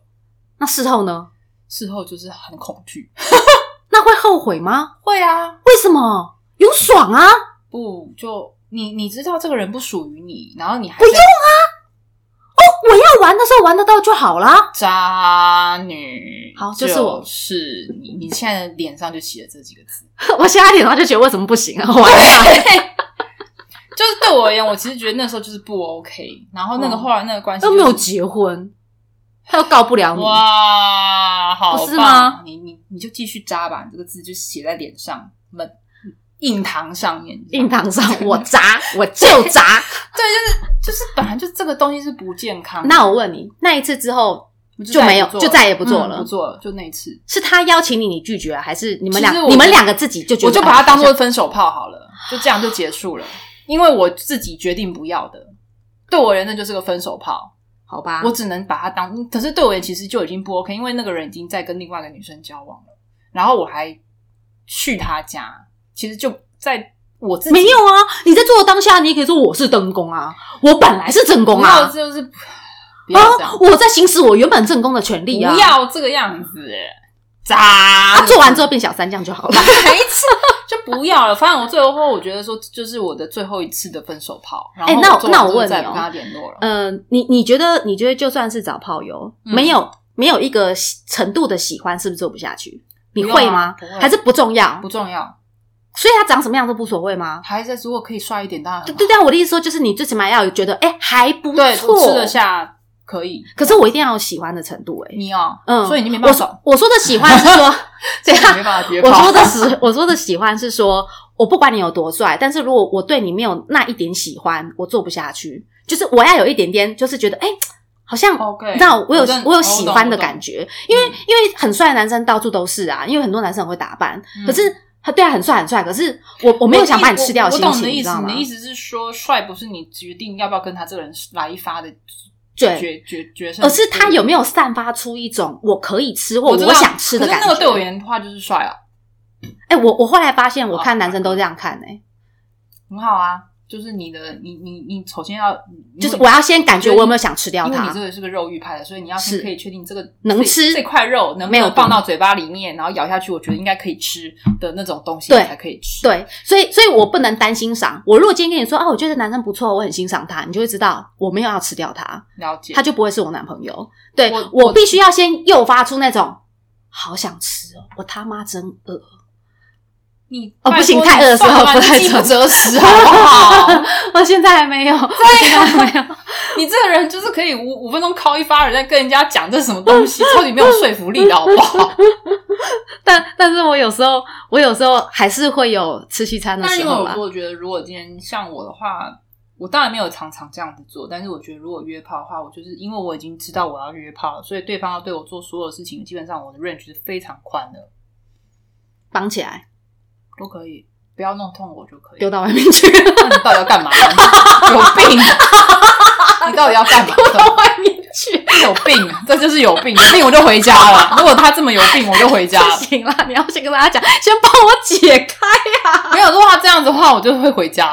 [SPEAKER 1] 那事后呢？
[SPEAKER 2] 事后就是很恐惧，
[SPEAKER 1] 那会后悔吗？
[SPEAKER 2] 会啊，
[SPEAKER 1] 为什么？有爽啊！
[SPEAKER 2] 不就你你知道这个人不属于你，然后你还不用啊，
[SPEAKER 1] 我要玩的时候玩得到就好啦。
[SPEAKER 2] 渣女，
[SPEAKER 1] 好
[SPEAKER 2] 就
[SPEAKER 1] 就是我
[SPEAKER 2] 是你，你现在脸上就写了这几个字，
[SPEAKER 1] 我现在脸上就觉得为什么不行啊？我玩得到
[SPEAKER 2] 就是对我而言，我其实觉得那时候就是不 OK，然后那个
[SPEAKER 1] 嗯
[SPEAKER 2] 后来那个关系、
[SPEAKER 1] 都
[SPEAKER 2] 就
[SPEAKER 1] 没有
[SPEAKER 2] 是
[SPEAKER 1] 结婚，他又告不了你。
[SPEAKER 2] 哇，好棒
[SPEAKER 1] 哦不是吗？
[SPEAKER 2] 你你你就继续扎吧，你这个字就写在脸上，闷印堂上面，
[SPEAKER 1] 硬堂上我砸，我就砸。
[SPEAKER 2] 就是本来就这个东西是不健康的。
[SPEAKER 1] 那我问你，那一次之后
[SPEAKER 2] 我就
[SPEAKER 1] 就
[SPEAKER 2] 再也
[SPEAKER 1] 没有
[SPEAKER 2] 不做，
[SPEAKER 1] 就再也不做了
[SPEAKER 2] 嗯不做了，就那一次，
[SPEAKER 1] 是他邀请你，你拒绝，啊还是你们
[SPEAKER 2] 其实
[SPEAKER 1] 两
[SPEAKER 2] 我
[SPEAKER 1] 你们两个自己就觉得？
[SPEAKER 2] 我就把它当做分手炮好了，就这样就结束了，因为我自己决定不要的，对我而言那就是个分手炮。
[SPEAKER 1] 好吧，
[SPEAKER 2] 我只能把他当，可是对我而言其实就已经不 OK，因为那个人已经在跟另外一个女生交往了，然后我还去他家，其实就在我自己
[SPEAKER 1] 没有啊，你在做的当下，你也可以说我是正宫啊，我本来是正宫
[SPEAKER 2] 那
[SPEAKER 1] 啊，
[SPEAKER 2] 就是不要这样
[SPEAKER 1] 啊，，我在行使我原本正宫的权利啊。
[SPEAKER 2] 不要这个样子，渣。
[SPEAKER 1] 啊，做完之后变小三这样就好了。
[SPEAKER 2] 还次就不要了。反正我最后我觉得说，就是我的最后一次的分手炮。然后
[SPEAKER 1] 哎那我
[SPEAKER 2] 做完
[SPEAKER 1] 那我
[SPEAKER 2] 之后
[SPEAKER 1] 问你
[SPEAKER 2] 再也不
[SPEAKER 1] 哦
[SPEAKER 2] 跟他联络了。
[SPEAKER 1] 嗯、你你觉得你觉得就算是找炮友，
[SPEAKER 2] 嗯
[SPEAKER 1] 没有没有一个喜程度的喜欢，是不是做不下去？你
[SPEAKER 2] 不
[SPEAKER 1] 会
[SPEAKER 2] 用
[SPEAKER 1] 吗
[SPEAKER 2] 啊？不会
[SPEAKER 1] 还是不重要
[SPEAKER 2] 不？重要，
[SPEAKER 1] 所以他长什么样都不所谓吗？
[SPEAKER 2] 还是如果可以帅一点，当然
[SPEAKER 1] 对
[SPEAKER 2] 很好
[SPEAKER 1] 对对啊，我的意思说就是你最起码要有觉得哎、还不
[SPEAKER 2] 对，
[SPEAKER 1] 错，
[SPEAKER 2] 吃得。下可以。
[SPEAKER 1] 可是我一定要有喜欢的程度哎、
[SPEAKER 2] 你哦，
[SPEAKER 1] 嗯
[SPEAKER 2] 所以你就没
[SPEAKER 1] 我
[SPEAKER 2] 办法
[SPEAKER 1] 说我说的喜欢是 说，对
[SPEAKER 2] 所以你
[SPEAKER 1] 啊
[SPEAKER 2] 没，办法约炮。
[SPEAKER 1] 我说的是我说的喜欢是说，我不管你有多帅，但是如果我对你没有那一点喜欢，我做不下去。就是我要有一点点，就是觉得哎、好像
[SPEAKER 2] OK，
[SPEAKER 1] 你知道我有
[SPEAKER 2] 我懂
[SPEAKER 1] 我有喜欢的感觉，因为
[SPEAKER 2] 嗯
[SPEAKER 1] 因为很帅的男生到处都是啊，因为很多男生很会打扮，
[SPEAKER 2] 嗯
[SPEAKER 1] 可是他对啊很帅很帅，可是我我没有想把你吃掉
[SPEAKER 2] 我
[SPEAKER 1] 的心
[SPEAKER 2] 我懂你
[SPEAKER 1] 情，
[SPEAKER 2] 的意
[SPEAKER 1] 知
[SPEAKER 2] 思，
[SPEAKER 1] 道
[SPEAKER 2] 你
[SPEAKER 1] 吗
[SPEAKER 2] 的？意思是说，帅不是你决定要不要跟他这个人来一发的
[SPEAKER 1] 对，
[SPEAKER 2] 决决决胜，
[SPEAKER 1] 而是他有没有散发出一种我可以吃或
[SPEAKER 2] 我知道
[SPEAKER 1] 我想吃的感
[SPEAKER 2] 可是那个对我而
[SPEAKER 1] 觉？
[SPEAKER 2] 言的话就是帅啊，
[SPEAKER 1] 哎，我我后来发现，我
[SPEAKER 2] 好
[SPEAKER 1] 看男生都这样看哎，
[SPEAKER 2] 很好啊，就是你的，你你你首先要，
[SPEAKER 1] 就是我要先感觉我有没有想吃掉
[SPEAKER 2] 因为你
[SPEAKER 1] 它
[SPEAKER 2] 这。个是个肉欲派的，所以你要
[SPEAKER 1] 是
[SPEAKER 2] 先可以确定这个
[SPEAKER 1] 能
[SPEAKER 2] 这
[SPEAKER 1] 吃
[SPEAKER 2] 这块肉能不
[SPEAKER 1] 没有
[SPEAKER 2] 能
[SPEAKER 1] 毒
[SPEAKER 2] 放到嘴巴里面，然后咬下去，我觉得应该可以吃的那种东西
[SPEAKER 1] 对
[SPEAKER 2] 才可以吃。，
[SPEAKER 1] 对，所以所以我不能单欣赏。我如果今天跟你说，啊，我觉得这男生不错，我很欣赏他，你就会知道我没有要吃掉他，
[SPEAKER 2] 了解
[SPEAKER 1] 他。就不会是我男朋友。对
[SPEAKER 2] 我
[SPEAKER 1] 我
[SPEAKER 2] 我
[SPEAKER 1] 必须要先诱发出那种好想吃哦，我他妈真饿。
[SPEAKER 2] 你
[SPEAKER 1] 哦
[SPEAKER 2] 拜
[SPEAKER 1] 不行
[SPEAKER 2] 托
[SPEAKER 1] 太饿的时候
[SPEAKER 2] 你算了吧
[SPEAKER 1] 不太
[SPEAKER 2] 饥不
[SPEAKER 1] 准
[SPEAKER 2] 择食，好不好？
[SPEAKER 1] 我现在还没有，对呀、没有。
[SPEAKER 2] 你这个人就是可以五五分钟敲一发人，再跟人家讲这是什么东西， 超级没有说服力的，好不 好？
[SPEAKER 1] 但但是我有时候，我有时候还是会有吃西餐的
[SPEAKER 2] 但
[SPEAKER 1] 时
[SPEAKER 2] 因为
[SPEAKER 1] 候吧
[SPEAKER 2] 我。我觉得，如果今天像我的话，我当然没有常常这样子做，但是我觉得如果约炮的话，我就是因为我已经知道我要约炮了，所以对方要对我做所有事情，基本上我的 range 是非常宽的，
[SPEAKER 1] 绑起来
[SPEAKER 2] 都可以，不要弄痛我就可以。
[SPEAKER 1] 丢到外面去，
[SPEAKER 2] 那 你到底要 干嘛？有病！你到底要干嘛？
[SPEAKER 1] 到外面去。
[SPEAKER 2] 有病，这就是有病，有病我就回家了。如果他这么有病，我就回家
[SPEAKER 1] 不
[SPEAKER 2] 了。
[SPEAKER 1] 行啦，你要先跟大家讲，先帮我解开。
[SPEAKER 2] 没有，如果他这样子的话，我就会回家了。